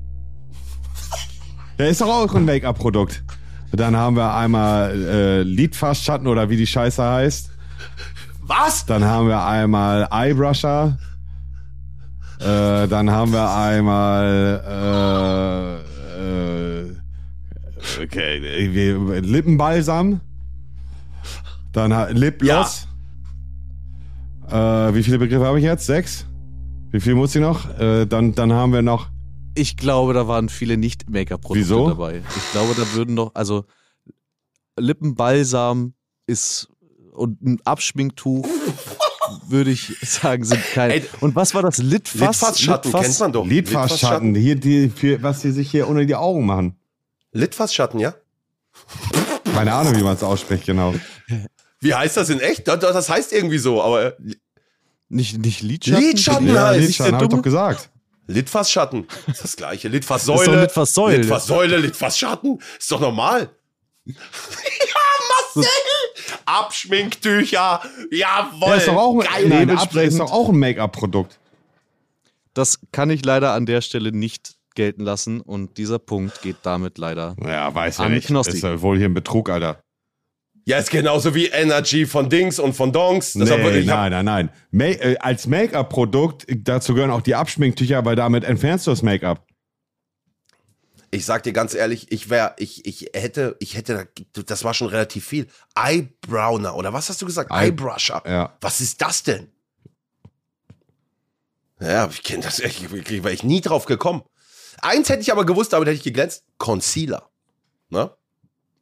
Der ist doch auch ein Make-up-Produkt. Dann haben wir einmal äh, Lidfastschatten oder wie die Scheiße heißt. Was? Dann haben wir einmal Eyebrusher. Äh, dann haben wir einmal äh, äh, okay, wir- Lippenbalsam. Dann ha- Lipgloss. Äh, wie viele Begriffe habe ich jetzt? Sechs? Wie viel muss ich noch? Äh, dann, dann haben wir noch. Ich glaube, da waren viele nicht Make-up-Produkte Wieso? dabei. Ich glaube, da würden noch, also Lippenbalsam ist und ein Abschminktuch würde ich sagen, sind keine. Ey, Und was war das? Litfass? Lidfassschatten Litfass- kennt man doch. Lidfassschatten, hier die, für, was die sich hier unter die Augen machen. Lidfassschatten, ja? Keine Ahnung, wie man es ausspricht, genau. Wie heißt das in echt? Das- Das heißt irgendwie so, aber äh, Nicht, nicht Lidschatten? Lidschatten Ja, heißt- nicht der Lidschatten, habe ich Dumme? doch gesagt. Litfaßschatten. (laughs) Ist das gleiche. Litfaßsäule. Ist doch Litfaßsäule. Litfaßsäule, Litfaßschatten. Ist doch normal. (laughs) ja, Marcel! Abschminktücher. Jawohl. Ja, ist doch auch, Geil. nein, Abschminkt Dementsprechend- ist doch auch ein Make-up-Produkt. Das kann ich leider an der Stelle nicht gelten lassen und dieser Punkt geht damit leider. Ja, weiß ja An nicht. Knossi. Ist ja wohl hier ein Betrug, Alter. ja, ist genauso wie Energy von Dings und von Dongs. Das hab nee, ich- ich hab- nein, nein, nein. Ma äh, als Make-up-Produkt, dazu gehören auch die Abschminktücher, weil damit entfernst du das Make-up. Ich sag dir ganz ehrlich, ich wär, ich, ich hätte, ich hätte, da- das war schon relativ viel. Eyebrowner oder was hast du gesagt? Eye- Eyebrusher. Ja. Was ist das denn? Ja, ich kenne das echt, ich- wäre ich nie drauf gekommen. Eins hätte ich aber gewusst, damit hätte ich geglänzt. Concealer. Ne?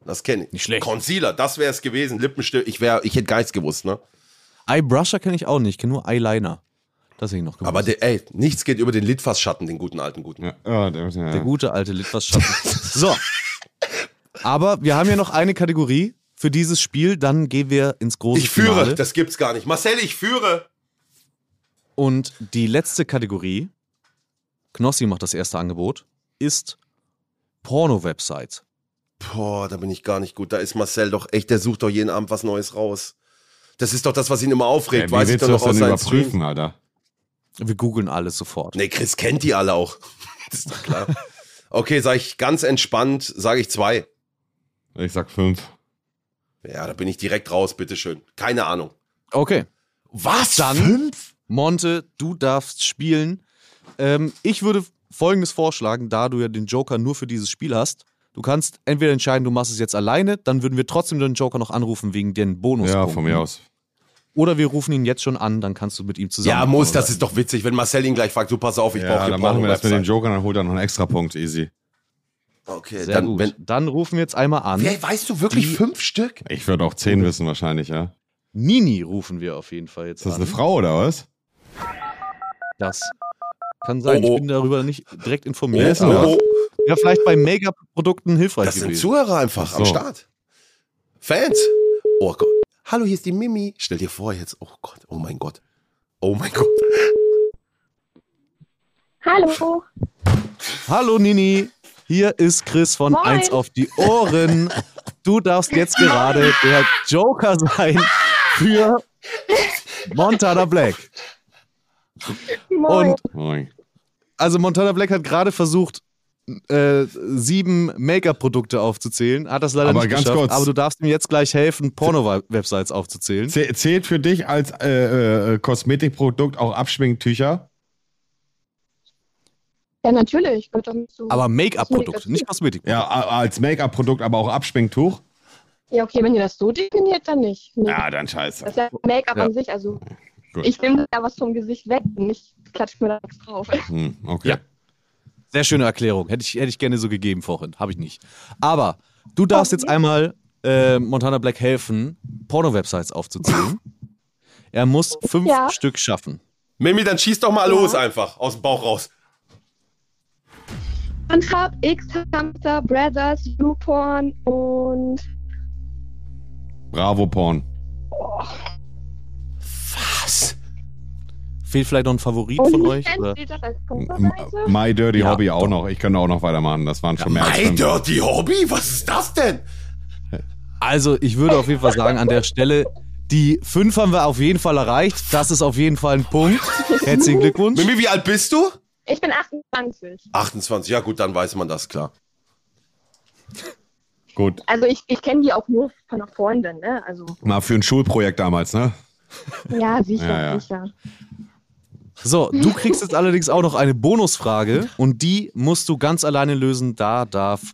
Das kenne ich. Nicht schlecht. Concealer, das wäre es gewesen. Lippenstift, ich wäre, ich hätte gar nichts gewusst, ne? Eyebrusher kenne ich auch nicht, ich kenne nur Eyeliner. Das hätte ich noch gewusst. Aber der, ey, nichts geht über den Lidfassschatten, den guten alten guten. Ja, ja, der, ja. Der gute alte Litfaßschatten. so. Aber wir haben ja noch eine Kategorie für dieses Spiel. Dann gehen wir ins große Ich führe, Finale. das gibt's gar nicht. Marcel, ich führe. Und die letzte Kategorie, Knossi macht das erste Angebot, ist Porno-Websites. Boah, da bin ich gar nicht gut. Da ist Marcel doch echt, der sucht doch jeden Abend was Neues raus. Das ist doch das, was ihn immer aufregt. Ey, wie Weiß ich willst doch du noch das aus denn seinen überprüfen, Streams. Alter? Wir googeln alles sofort. Nee, Chris kennt die alle auch. (laughs) Das ist doch klar. okay, sage ich ganz entspannt, sage ich zwei. Ich sag fünf. Ja, da bin ich direkt raus, bitteschön. Keine Ahnung. Okay. Was? Dann, Monte, du darfst spielen. Ähm, ich würde folgendes vorschlagen, da du ja den Joker nur für dieses Spiel hast. Du kannst entweder entscheiden, du machst es jetzt alleine, dann würden wir trotzdem den Joker noch anrufen wegen den Bonuspunkten. Ja, von mir aus. Oder wir rufen ihn jetzt schon an, dann kannst du mit ihm zusammen. Ja, muss, das ist doch witzig, wenn Marcel ihn gleich fragt, du pass auf, ich brauche ja, hier dann machen wir das mit Porno-Website. dem Joker, dann holt er noch einen extra Punkt, easy. Okay, Sehr dann gut. wenn dann rufen wir jetzt einmal an. Wer, weißt du wirklich Die- fünf Stück? Ich würde auch zehn wissen wahrscheinlich, ja. Nini rufen wir auf jeden Fall jetzt Ist das an. eine Frau oder was? Das kann sein. Oh, oh. Ich bin darüber nicht direkt Oh, informiert. aber oh, oh. Ja, vielleicht bei Make-up-Produkten hilfreich Das sind gewesen. Zuhörer einfach am So. Start. Fans. Oh Gott. Hallo, hier ist die Mimi. Stell dir vor jetzt. Oh Gott. Oh mein Gott. Oh mein Gott. Hallo. Hallo Nini, hier ist Chris von Moin. 1 auf die Ohren. Du darfst jetzt gerade der Joker sein für Montana Black. Moin. Und Moin. also Montana Black hat gerade versucht, äh, sieben Make-up-Produkte aufzuzählen, hat das leider Aber nicht ganz geschafft, kurz. aber du darfst mir jetzt gleich helfen, Porno-Websites aufzuzählen. Zäh- Zählt für dich als äh, äh, Kosmetikprodukt auch Abschminktücher? ja, natürlich. Gehört doch zu. Aber Make-up-Produkte, nicht Kosmetik. Ja, a- als Make-up-Produkt, aber auch Abschminktuch? ja, okay, wenn ihr das so definiert, dann nicht. Äh, Nee. Ja, dann scheiße. Das ist ja Make-up Ja. an sich. Also, Gut. ich nehme da was vom Gesicht weg und ich klatsche mir da nichts drauf. Hm, okay. Ja. Sehr schöne Erklärung. Hätte ich, hätte ich gerne so gegeben vorhin. Habe ich nicht. Aber du darfst jetzt einmal äh, Montana Black helfen, Porno-Websites aufzuzählen. er muss fünf Ja. Stück schaffen. Mimi, dann schieß doch mal los einfach. Aus dem Bauch raus. Pornhub, X-Hamster, Brothers, YouPorn und Bravo Porn. Was? Fehlt vielleicht noch ein Favorit von euch? Oder? steht das als M- Pornoseite? My Dirty Ja, Hobby auch doch. noch. Ich könnte auch noch weitermachen. Das waren schon mehr als My fünf. Dirty Hobby? Was ist das denn? Also, ich würde auf jeden Fall sagen, an der Stelle, die fünf haben wir auf jeden Fall erreicht. Das ist auf jeden Fall ein Punkt. Herzlichen Glückwunsch. Mimi, wie alt bist du? Ich bin 28. 28. Ja, gut, dann weiß man das, klar. Gut. Also ich, ich kenne die auch nur von einer Freundin, ne? Also Mal für ein Schulprojekt damals, ne? ja, sicher, Ja, ja. sicher. So, du kriegst jetzt allerdings auch noch eine Bonusfrage und die musst du ganz alleine lösen. Da darf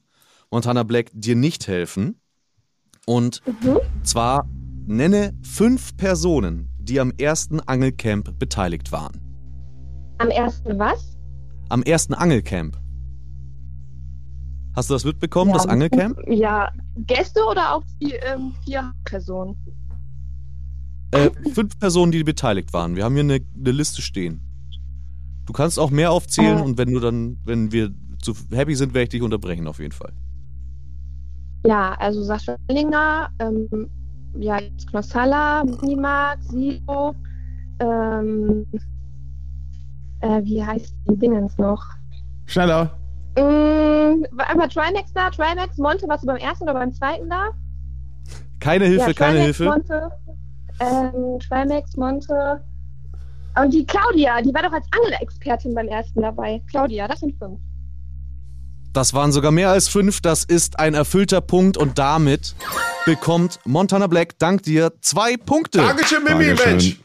Montana Black dir nicht helfen. Und zwar nenne fünf Personen, die am ersten Angelcamp beteiligt waren. Am ersten was? Am ersten Angelcamp. Hast du das mitbekommen, das Angelcamp? Ja, Gäste oder auch die ähm, vier Personen? Äh, fünf Personen, die beteiligt waren. Wir haben hier eine, eine Liste stehen. Du kannst auch mehr aufzählen Äh. und wenn du dann, wenn wir zu happy sind, werde ich dich unterbrechen auf jeden Fall. Ja, also Sascha Linger, ähm, ja, jetzt Knossalla, Minimark, Silo, ähm, äh, wie heißt die Dingens noch? Schneller. Mm, war einfach Trimax da, Trimax, Monte, warst du beim ersten oder beim zweiten da? Keine Hilfe, ja, keine Trimax, Hilfe. Monte, ähm, Trimax, Monte. Und die Claudia, die war doch als Angelexpertin beim ersten dabei. Claudia, das sind fünf. Das waren sogar mehr als fünf. Das ist ein erfüllter Punkt und damit bekommt Montana Black dank dir zwei Punkte. Dankeschön, Mimi, Dankeschön. Mensch.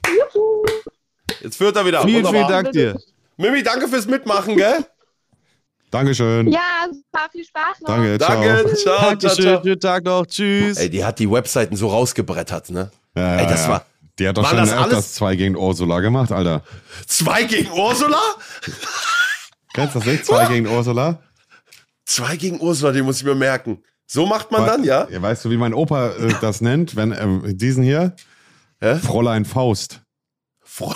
Jetzt führt er wieder. Vielen, Wunderbar. vielen Dank dir. Mimi, danke fürs Mitmachen, gell? Dankeschön. Ja, super, viel Spaß noch. Danke, ciao. Danke. (laughs) Ciao, ciao, Dankeschön, ciao. schönen Tag noch. Tschüss. Ey, die hat die Webseiten so rausgebrettert, ne? Ja, ja, Ey, das ja. war Die hat doch Waren schon das öfters alles- zwei gegen Ursula gemacht, Alter. zwei gegen Ursula? Kennst du das nicht? Zwei gegen Ursula? Zwei gegen Ursula, den muss ich mir merken. So macht man Wei- dann, ja? Weißt du, wie mein Opa äh, das nennt? Wenn ähm, diesen hier? Hä? Fräulein Faust. Fro-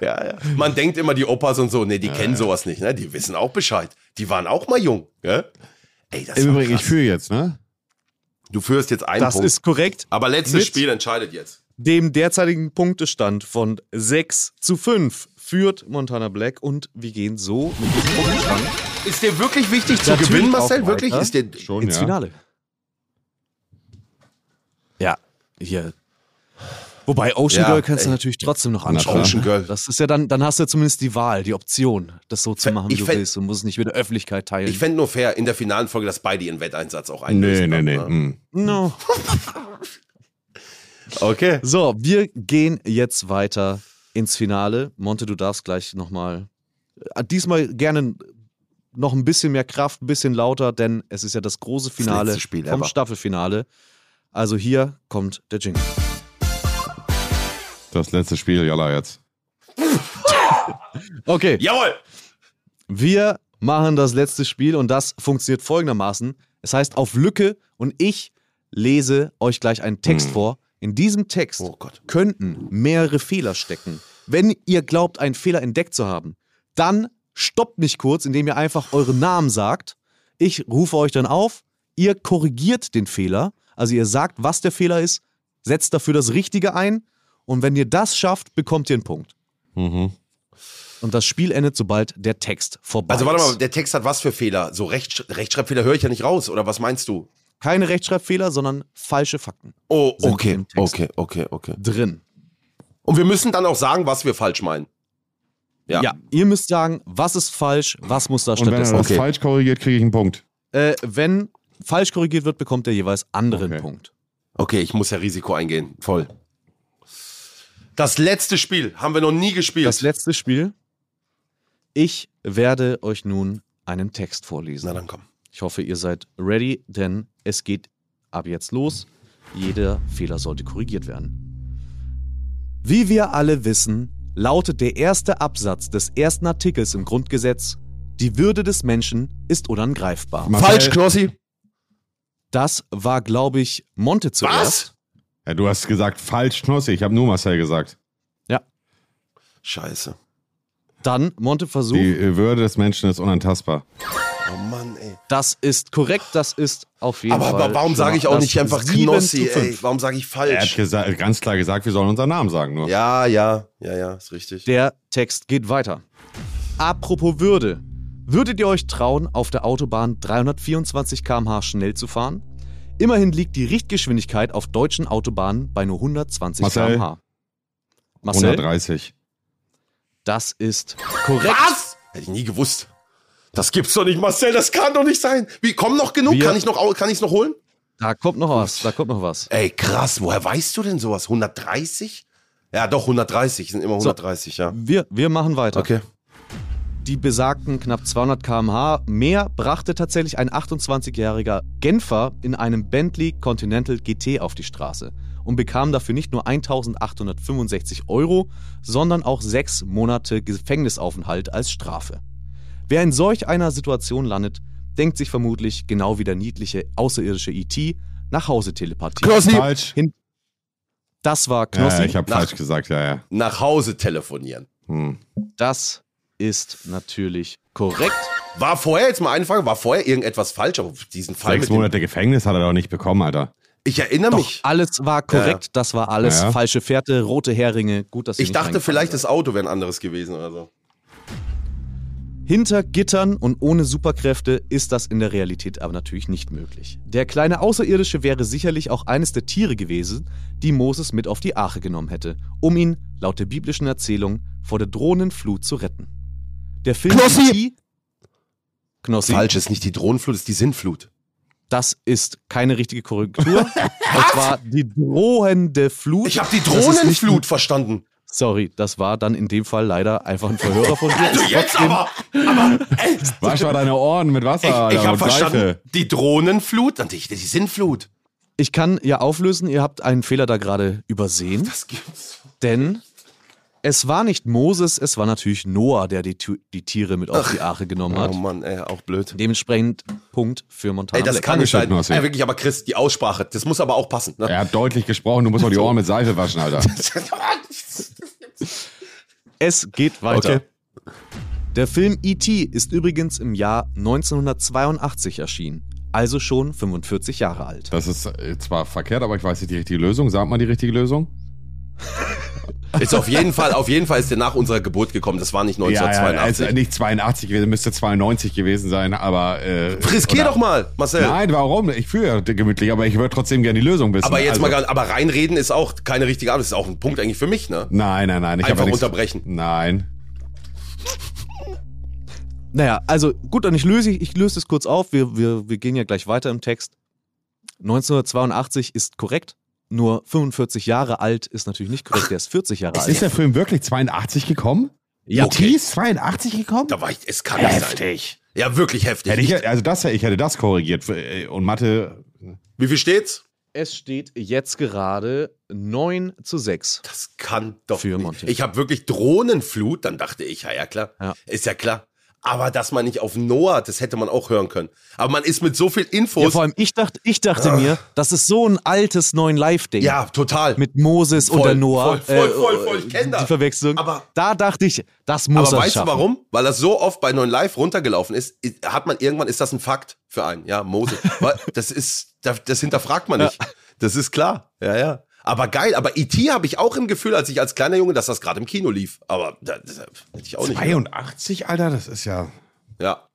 ja, ja. Man denkt immer, die Opas und so, nee, die kennen sowas nicht, ne? Die wissen auch Bescheid. Die waren auch mal jung, gell? Ey, das Im war Übrigen, krass. ich führe jetzt, ne? Du führst jetzt einen Das Punkt. ist korrekt. aber letztes mit- Spiel entscheidet jetzt. Dem derzeitigen Punktestand von 6 zu 5 führt Montana Black und wir gehen so mit diesem Punktestand Ist dir wirklich wichtig zu Natürlich gewinnen, auch Marcel? Wirklich? weiter. Ist dir Schon, ins ja. Finale. Ja, hier. Wobei Ocean Ja, Girl kannst du ey. natürlich trotzdem noch Na klar. anschauen. Ocean Girl. Das ist ja dann, dann hast du ja zumindest die Wahl, die Option, das so zu machen, wie ich du fänd- willst. Du musst es nicht mit der Öffentlichkeit teilen. Ich fände nur fair in der finalen Folge, dass beide ihren Wetteinsatz auch Nee, einlösen. nee, nee. ne? mm. no. Okay. So, wir gehen jetzt weiter ins Finale. Monte, du darfst gleich nochmal. Diesmal gerne noch ein bisschen mehr Kraft, ein bisschen lauter, denn es ist ja das große Finale letzte Spiel vom ever. Staffelfinale. Also hier kommt der Jingle. Das letzte Spiel, Jalla jetzt. Okay. Jawohl! Wir machen das letzte Spiel und das funktioniert folgendermaßen. Es heißt auf Lücke und ich lese euch gleich einen Text vor. In diesem Oh. Text könnten mehrere Fehler stecken. Wenn ihr glaubt, einen Fehler entdeckt zu haben, dann stoppt mich kurz, indem ihr einfach euren Namen sagt. Ich rufe euch dann auf, ihr korrigiert den Fehler, also ihr sagt, was der Fehler ist, setzt dafür das Richtige ein und wenn ihr das schafft, bekommt ihr einen Punkt. Mhm. Und das Spiel endet, sobald der Text vorbei Also warte ist. mal, der Text hat was für Fehler? So Rechtsch Rechtschreibfehler höre ich ja nicht raus, oder was meinst du? keine Rechtschreibfehler, sondern falsche Fakten Oh, Sind okay, im Text. okay, okay, okay. drin. Und wir müssen dann auch sagen, was wir falsch meinen. Ja. ihr müsst sagen, was ist falsch, was muss da Und wenn er das stattdessen. falsch korrigiert, kriege ich einen Punkt. äh, wenn falsch korrigiert wird, bekommt der jeweils anderen Okay. Punkt. Okay, ich muss ja Risiko eingehen. Voll. Das letzte Spiel haben wir noch nie gespielt. Das letzte Spiel. Ich werde euch nun einen Text Na vorlesen. dann komm. Ich hoffe, ihr seid ready, denn es geht ab jetzt los. Jeder Fehler sollte korrigiert werden. Wie wir alle wissen, lautet der erste Absatz des ersten Artikels im Grundgesetz, die Würde des Menschen ist unangreifbar. Marcel- Falsch, Knossi. Das war, glaube ich, Monte zuerst. Ja, du hast gesagt, falsch, Knossi. Ich habe nur Marcel gesagt. Scheiße. Dann Monte Versuch. Die äh, Würde des Menschen ist unantastbar. Oh Mann, ey. Das ist korrekt, das ist auf jeden Aber, Fall. aber warum sage ich auch das nicht einfach 7 Knossi, zu 5. ey? Warum sage ich Er hat falsch? gesa- ganz klar gesagt, wir sollen unseren Namen sagen nur. Ja, ja, ja, ja, ist richtig. Der Text geht weiter. Apropos Würde. Würdet ihr euch trauen, auf der Autobahn 324 km/h schnell zu fahren? Immerhin liegt die Richtgeschwindigkeit auf deutschen Autobahnen bei nur 120 Marcel. km/h. Marcel, 130. das ist korrekt. Was? Hätte ich nie gewusst. Das gibt's doch nicht, Marcel, das kann doch nicht sein. Wie, kommen noch genug? Wir- kann ich noch, au- kann ich's noch holen? Da kommt noch was, da kommt noch was. Ey, krass, woher weißt du denn sowas? 130? Ja, doch, 130, sind immer 130, ja. Wir, wir machen weiter. Okay. Die besagten knapp 200 km/h mehr brachte tatsächlich ein 28-jähriger Genfer in einem Bentley Continental GT auf die Straße und bekam dafür nicht nur 1865 Euro, sondern auch sechs Monate Gefängnisaufenthalt als Strafe. Wer in solch einer Situation landet, denkt sich vermutlich, genau wie der niedliche außerirdische IT, nach Hause Telepathie. Knossi! Falsch. Das war Knossi. Ja, ich habe Nach- falsch gesagt, ja, ja. Nach Hause telefonieren. Hm. das ist natürlich korrekt. War vorher, jetzt mal eine Frage, war vorher irgendetwas falsch, aber diesen Fall Sechs mit dem- Monate Gefängnis hat er doch nicht bekommen, Alter. Ich erinnere Doch, mich. alles war korrekt, das war alles Ja, ja. falsche Fährte, rote Heringe, gut, dass ihr Ich nicht dachte reingekommen vielleicht, seid. das Auto wäre ein anderes gewesen oder so. Hinter Gittern und ohne Superkräfte ist das in der Realität aber natürlich nicht möglich. Der kleine Außerirdische wäre sicherlich auch eines der Tiere gewesen, die Moses mit auf die Arche genommen hätte, um ihn, laut der biblischen Erzählung, vor der drohenden Flut zu retten. Der Film Knossi! E.T. Knossi, Falsch ist nicht die Drohnenflut, ist die Sinnflut. das ist keine (laughs) richtige Korrektur. das war die drohende Flut. Ich habe die Das ist nicht ein Drohnenflut verstanden. Sorry, das war dann in dem Fall leider einfach ein Verhörer von dir. (laughs) Also jetzt aber, aber (laughs) ey, Wasch mal deine Ohren mit Wasser, Alter. ich, ich habe und Seife. verstanden, die Drohnenflut und die, die Sinnflut. Ich kann ja auflösen, ihr habt einen Fehler da gerade übersehen, Das gibt's. denn es war nicht Moses, es war natürlich Noah, der die, Tu- die Tiere mit auf die Arche genommen Oh hat. Mann, ey, auch blöd. Dementsprechend Punkt für Montana. Ey, das Black. kann nicht sein. Dankeschön, Knossi. Ey, wirklich, aber Chris, die Aussprache, das muss aber auch passen. (laughs) Ne? Er hat deutlich gesprochen, du musst doch die Ohren mit Seife waschen, Alter. Es geht weiter. Okay. Der Film E.T. ist übrigens im Jahr 1982 erschienen, also schon 45 Jahre alt. Das ist äh, zwar verkehrt, aber ich weiß nicht die richtige Lösung. Sag mal die richtige Lösung. Ist auf jeden Fall, auf jeden Fall ist der nach unserer Geburt gekommen. Das war nicht Ja, ja, 1982. also nicht 82 gewesen, müsste 92 gewesen sein, aber. Äh, Riskier oder- doch mal, Marcel. Nein, warum? Ich fühle ja gemütlich, aber ich würde trotzdem gerne die Lösung wissen. aber jetzt also, mal, gar- aber reinreden ist auch keine richtige Antwort. Das ist auch ein Punkt eigentlich für mich, ne? Nein, nein, nein. Ich hab Einfach ja nichts- unterbrechen. Nein. Naja, also gut, dann ich löse, ich löse es kurz auf. Wir, wir, wir gehen ja gleich weiter im Text. 1982 ist korrekt, nur 45 Jahre alt ist natürlich nicht korrekt, der ist 40 Jahre alt. Ist der Film wirklich 82 gekommen? Ja. Okay. ist 82 gekommen? Da war halt- ich, es kann Heftig. nicht sein. Ja, wirklich heftig. Hätte ich, also das, ich hätte das korrigiert. äh, Und Mathe. Wie viel steht's? Es steht jetzt gerade 9 zu 6. Das kann doch für nicht. Ich habe wirklich Drohnenflut, dann dachte ich, ja, ja klar, ist ja klar. Aber dass man nicht auf Noah, das hätte man auch hören können. Aber man ist mit so viel Infos. Ja, vor allem, ich dachte, ich dachte mir, das ist so ein altes neuen Live-Ding. Ja, total. Mit Moses und Voll, der Noah. äh, voll, voll, voll, voll, ich kenn die das. Verwechslung. Aber da dachte ich, das muss aber er weißt schaffen. du warum? Weil das so oft bei 9 Live runtergelaufen ist, i- hat man irgendwann, ist das ein Fakt für einen. Ja, (laughs) Mose. Weil das ist, das, das hinterfragt man nicht. Das ist klar. Ja, ja. Aber geil, aber E.T. habe ich auch im Gefühl, als ich als kleiner Junge, dass das gerade im Kino lief. Aber das, das hätte ich auch nicht. gedacht. 82, Alter, das ist ja. Ja.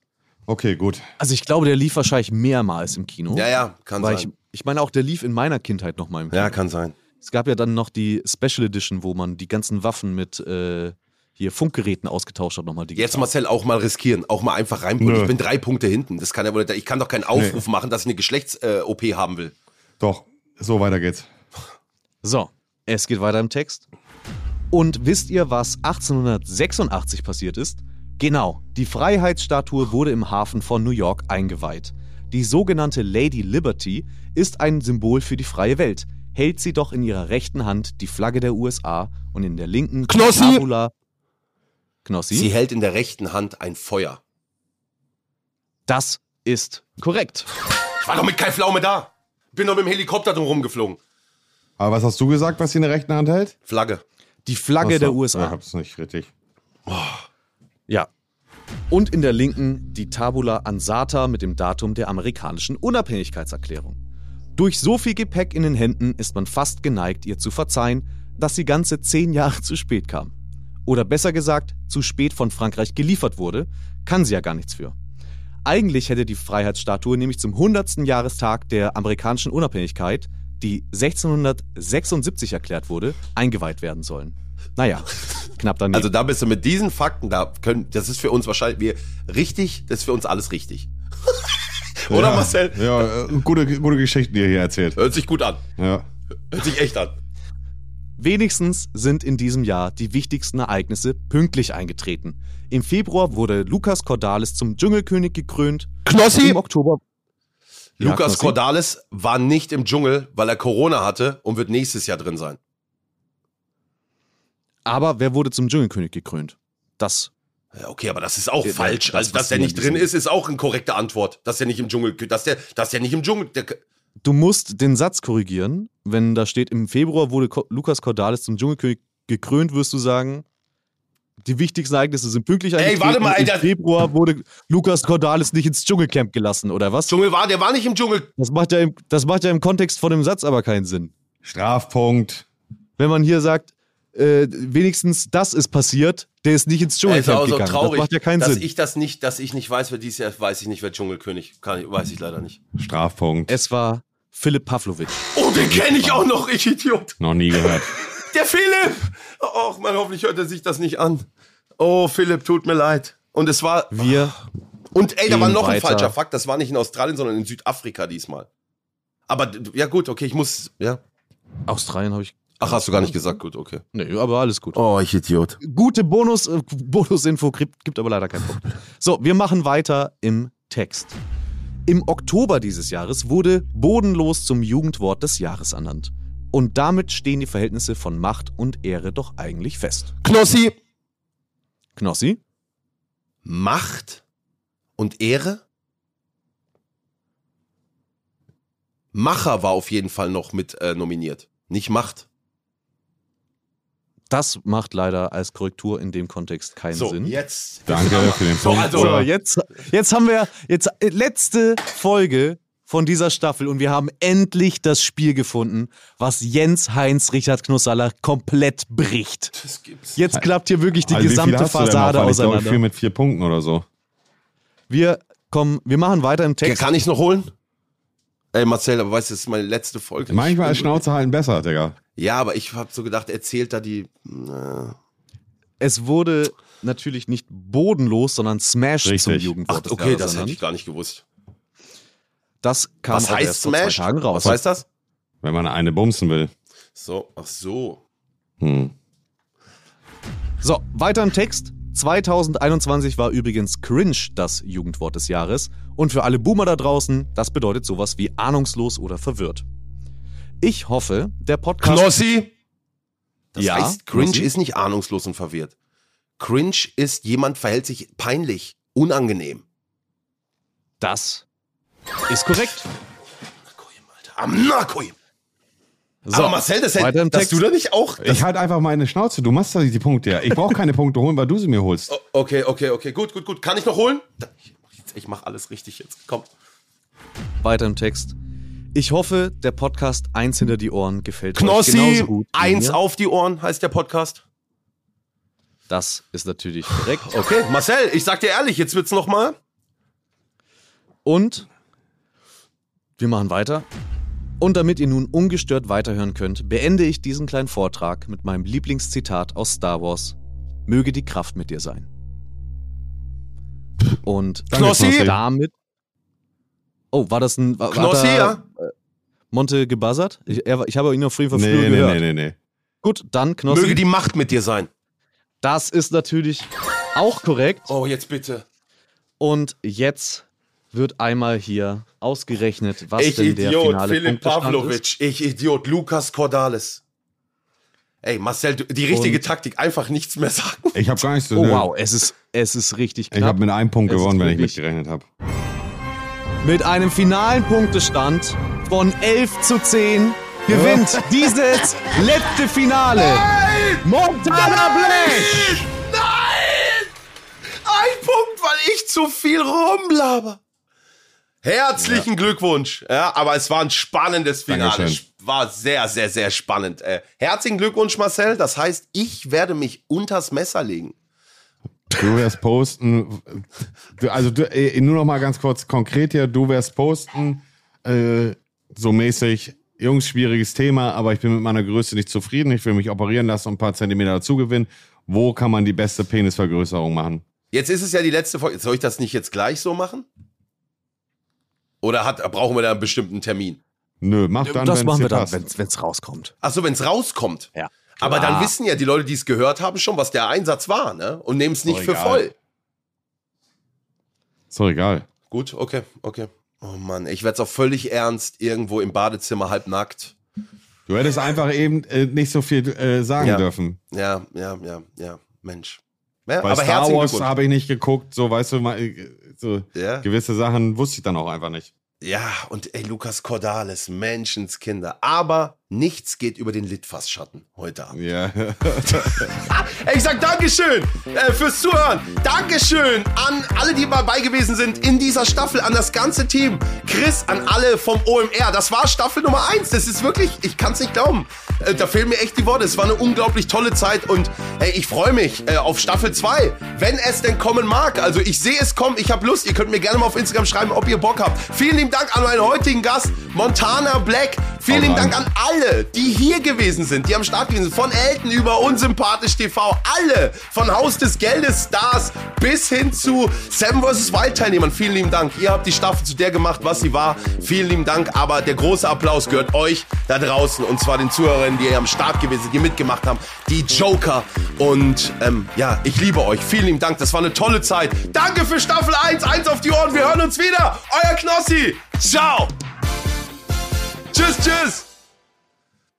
Okay, gut. Also ich glaube, der lief wahrscheinlich mehrmals im Kino. Ja, ja, kann Weil sein. Ich, ich meine auch, der lief in meiner Kindheit nochmal im Kino. Ja, kann sein. Es gab ja dann noch die Special Edition, wo man die ganzen Waffen mit äh, hier Funkgeräten ausgetauscht hat, nochmal digital. Jetzt Marcel auch mal riskieren, auch mal einfach reinbringen. Nö. Ich bin drei Punkte hinten. Das kann ja wohl, nicht- ich kann doch keinen Aufruf machen, dass ich eine Geschlechts-OP haben will. Doch, so weiter geht's. So, es geht weiter im Text. Und wisst ihr, was 1886 passiert ist? Genau, die Freiheitsstatue wurde im Hafen von New York eingeweiht. Die sogenannte Lady Liberty ist ein Symbol für die freie Welt, hält sie doch in ihrer rechten Hand die Flagge der USA und in der linken Knossi! Tabula. Knossi? Sie hält in der rechten Hand ein Feuer. Das ist korrekt. Ich war doch mit Kai Pflaume da. Bin doch mit dem Helikopter drum rumgeflogen. Aber was hast du gesagt, was sie in der rechten Hand hält? Flagge. Die Flagge Ach so, der USA. Ich hab's nicht richtig. Ja. Und in der linken die Tabula Ansata mit dem Datum der amerikanischen Unabhängigkeitserklärung. Durch so viel Gepäck in den Händen ist man fast geneigt, ihr zu verzeihen, dass sie ganze zehn Jahre zu spät kam. Oder besser gesagt, zu spät von Frankreich geliefert wurde, kann sie ja gar nichts für. Eigentlich hätte die Freiheitsstatue nämlich zum 100. Jahrestag der amerikanischen Unabhängigkeit, die 1676 erklärt wurde, eingeweiht werden sollen. Naja, knapp daneben. (laughs) Also da bist du mit diesen Fakten, da können, das ist für uns wahrscheinlich, wir richtig, das ist für uns alles richtig. Oder ja, Marcel? Ja, äh, gute, gute Geschichten, die ihr hier erzählt. Hört sich gut an. Ja. Hört sich echt an. Wenigstens sind in diesem Jahr die wichtigsten Ereignisse pünktlich eingetreten. Im Februar wurde Lukas Cordalis zum Dschungelkönig gekrönt. Knossi! Im Oktober. Ja, Lukas Knossi. Cordalis war nicht im Dschungel, weil er Corona hatte und wird nächstes Jahr drin sein. Aber wer wurde zum Dschungelkönig gekrönt? Das. Ja, Okay, aber das ist auch Ja, falsch. das also, dass wissen der wir nicht drin nicht. ist, ist auch eine korrekte Antwort. Dass der nicht im Dschungel, dass der, dass der nicht im Dschungel, der, Du musst den Satz korrigieren. Wenn da steht, im Februar wurde Ko Lukas Cordalis zum Dschungelkönig gekrönt, wirst du sagen, die wichtigsten Ereignisse sind pünktlich Ey, eingetreten. warte mal, Im Alter. Februar wurde Lukas Cordalis nicht ins Dschungelcamp gelassen, oder was? Dschungel war, der war nicht im Dschungel. Das macht ja im, das macht ja im Kontext von dem Satz aber keinen Sinn. Strafpunkt. wenn man hier sagt, äh, wenigstens das ist passiert, der ist nicht ins Ja, ist Dschungelcamp auch so gegangen. also traurig, das macht ja keinen dass Sinn. ich das nicht, dass ich nicht weiß, wer dieses Jahr weiß ich nicht, wer Dschungelkönig kann, ich- weiß ich leider nicht. Strafpunkt. Es war Philipp Pavlovic. Oh, den kenne ich auch noch, ich Idiot. Noch nie gehört. (laughs) Der Philipp! Och, man, hoffentlich hört er sich das nicht an. Oh, Philipp, tut mir leid. Und es war. Wir. Und ey, da gehen war noch ein weiter. falscher Fakt. Das war nicht in Australien, sondern in Südafrika diesmal. Aber d- ja, gut, okay, ich muss. Ja. Australien habe ich. Ach, hast du gar nicht gesagt, gut, okay. Nee, aber alles gut. Oh, ich Idiot. Gute Bonus, äh, Bonusinfo gibt, gibt aber leider keinen Punkt. So, wir machen weiter im Text. Im Oktober dieses Jahres wurde bodenlos zum Jugendwort des Jahres ernannt. Und damit stehen die Verhältnisse von Macht und Ehre doch eigentlich fest. Knossi! Knossi? Macht und Ehre? Macher war auf jeden Fall noch mit äh, nominiert. Nicht Macht. Das macht leider als Korrektur in dem Kontext keinen So, Sinn. jetzt. Danke für den So, Punkt. also- So, Oder- jetzt, jetzt haben wir jetzt äh, letzte Folge von dieser Staffel und wir haben endlich das Spiel gefunden, was Jens Heinz Richard Knussaller komplett bricht. Jetzt klappt hier wirklich die Also wie viele gesamte hast du denn noch? Fassade Weil ich glaube, auseinander. Ich viel mit vier Punkten oder so. Wir kommen, wir machen weiter im Text. Kann ich noch holen? Ey, Marcel, aber weißt du, das ist meine letzte Folge. Manchmal ist Schnauze halten besser, Digga. Ja, aber ich hab so gedacht, erzählt da die. äh, Na. Es wurde natürlich nicht bodenlos, sondern Smash zum Ach, Jugendwort. des okay, Jahres das hätte ernannt. ich gar nicht gewusst. Das kam Was auch heißt erst vor zwei Smash? Tagen raus. Was heißt das? Wenn man eine bumsen will. So, ach so. Hm. So, weiter im Text. 2021 war übrigens cringe das Jugendwort des Jahres. Und für alle Boomer da draußen, das bedeutet sowas wie ahnungslos oder verwirrt. Ich hoffe, der Podcast. Knossi! Das ja, heißt, cringe Knossi? ist nicht ahnungslos und verwirrt. Cringe ist, jemand verhält sich peinlich, unangenehm. Das ist korrekt. Am Narkoim. Aber Marcel, das hätt- weiter im dass Text. du da nicht auch- das- Ich halt einfach meine Schnauze. Du machst da nicht die Punkte. ja. Ich brauche keine Punkte holen, weil du sie (laughs) mir holst. O- Oh, Okay, okay, okay. Gut, gut, gut. Kann ich noch holen? Ich mach alles richtig jetzt. Komm. Weiter im Text. Ich hoffe, der Podcast Eins hinter die Ohren gefällt euch Knossi, genauso gut. wie eins mir. auf die Ohren heißt der Podcast. Das ist natürlich korrekt. Okay, Marcel, ich sag dir ehrlich, jetzt wird's nochmal. Und wir machen weiter. Und damit ihr nun ungestört weiterhören könnt, beende ich diesen kleinen Vortrag mit meinem Lieblingszitat aus Star Wars. Möge die Kraft mit dir sein. Und Danke, Knossi! Knossi. damit. Oh, war das ein. War, Knossi, war da, ja? äh, Monte gebuzzert? Ich, er, war- ich habe ihn noch früh von Nee, früher nee, gehört. nee, nee, nee. Gut, dann Knossi. Möge die Macht mit dir sein. Das ist natürlich auch korrekt. Oh, jetzt bitte. Und jetzt wird einmal hier ausgerechnet, was ich denn der Idiot, finale Philipp Punktestand ist. Pavlovic. Ich Idiot, Lukas Cordalis. Ey, Marcel, du- die richtige Und- Taktik, einfach nichts mehr sagen. Ich habe gar nichts zu Oh nö. wow, es ist, es ist richtig knapp. Ich habe mit einem Punkt Es ist gewonnen, wenn ich wirklich- mitgerechnet habe. Mit einem finalen Punktestand von 11 zu 10 gewinnt dieses letzte Finale Montana Black. Nein! Ein Punkt, weil ich zu viel rumlaber. Herzlichen Glückwunsch. Ja, aber es war ein spannendes Finale. Dankeschön. War sehr, sehr, sehr spannend. Äh, herzlichen Glückwunsch, Marcel. Das heißt, ich werde mich unters Messer legen. Du wärst posten. Du, also du, äh, nur noch mal ganz kurz konkret hier. Du wärst posten. Äh, so mäßig. Jungs, schwieriges Thema, aber ich bin mit meiner Größe nicht zufrieden. Ich will mich operieren lassen und ein paar Zentimeter dazu gewinnen. Wo kann man die beste Penisvergrößerung machen? Jetzt ist es ja die letzte Folge. Soll ich das nicht jetzt gleich so machen? Oder hat, brauchen wir da einen bestimmten Termin? Nö, mach dann, Das wenn's machen dir wir dann, passt. wenn es rauskommt. Achso, wenn es rauskommt. Ja. Aber Klar. dann wissen ja die Leute, die es gehört haben, schon, was der Einsatz war, ne? Und nehmen es nicht Oh, für egal. voll. Ist doch egal. Gut, okay, okay. Oh Mann, ich werde es auch völlig ernst, irgendwo im Badezimmer halbnackt. Du hättest einfach eben äh, nicht so viel äh, sagen Ja. dürfen. Ja, ja, ja, ja, Mensch. Ja, Bei Star herzlichen Wars Glückwunsch. habe ich nicht geguckt, so weißt du, mal, äh, so Ja. gewisse Sachen wusste ich dann auch einfach nicht. Ja, und ey, Lukas Cordalis, Menschenskinder. Aber nichts geht über den Litfaßschatten heute Abend. Ja. (laughs) Ey, ich sag Dankeschön äh, fürs Zuhören. Dankeschön an alle, die dabei gewesen sind in dieser Staffel, an das ganze Team. Chris, an alle vom OMR. Das war Staffel Nummer 1. Das ist wirklich, ich kann's nicht glauben. Äh, da fehlen mir echt die Worte. Es war eine unglaublich tolle Zeit und ey, ich freue mich äh, auf Staffel 2, wenn es denn kommen mag. Also ich sehe es kommen, ich habe Lust. Ihr könnt mir gerne mal auf Instagram schreiben, ob ihr Bock habt. Vielen lieben Dank an meinen heutigen Gast, Montana Black. Vielen lieben rein. Dank an alle, die hier gewesen sind, die am Start gewesen sind, von Elton über Unsympathisch TV, alle von Haus des Geldes Stars bis hin zu Seven vs. Wild Teilnehmern. Vielen lieben Dank. Ihr habt die Staffel zu der gemacht, was sie war. Vielen lieben Dank. Aber der große Applaus gehört euch da draußen und zwar den Zuhörerinnen, die hier am Start gewesen sind, die mitgemacht haben, die Joker. Und ähm, ja, ich liebe euch. Vielen lieben Dank. Das war eine tolle Zeit. Danke für Staffel 1. Eins auf die Ohren. Wir hören uns wieder. Euer Knossi. Ciao. Tschüss, tschüss.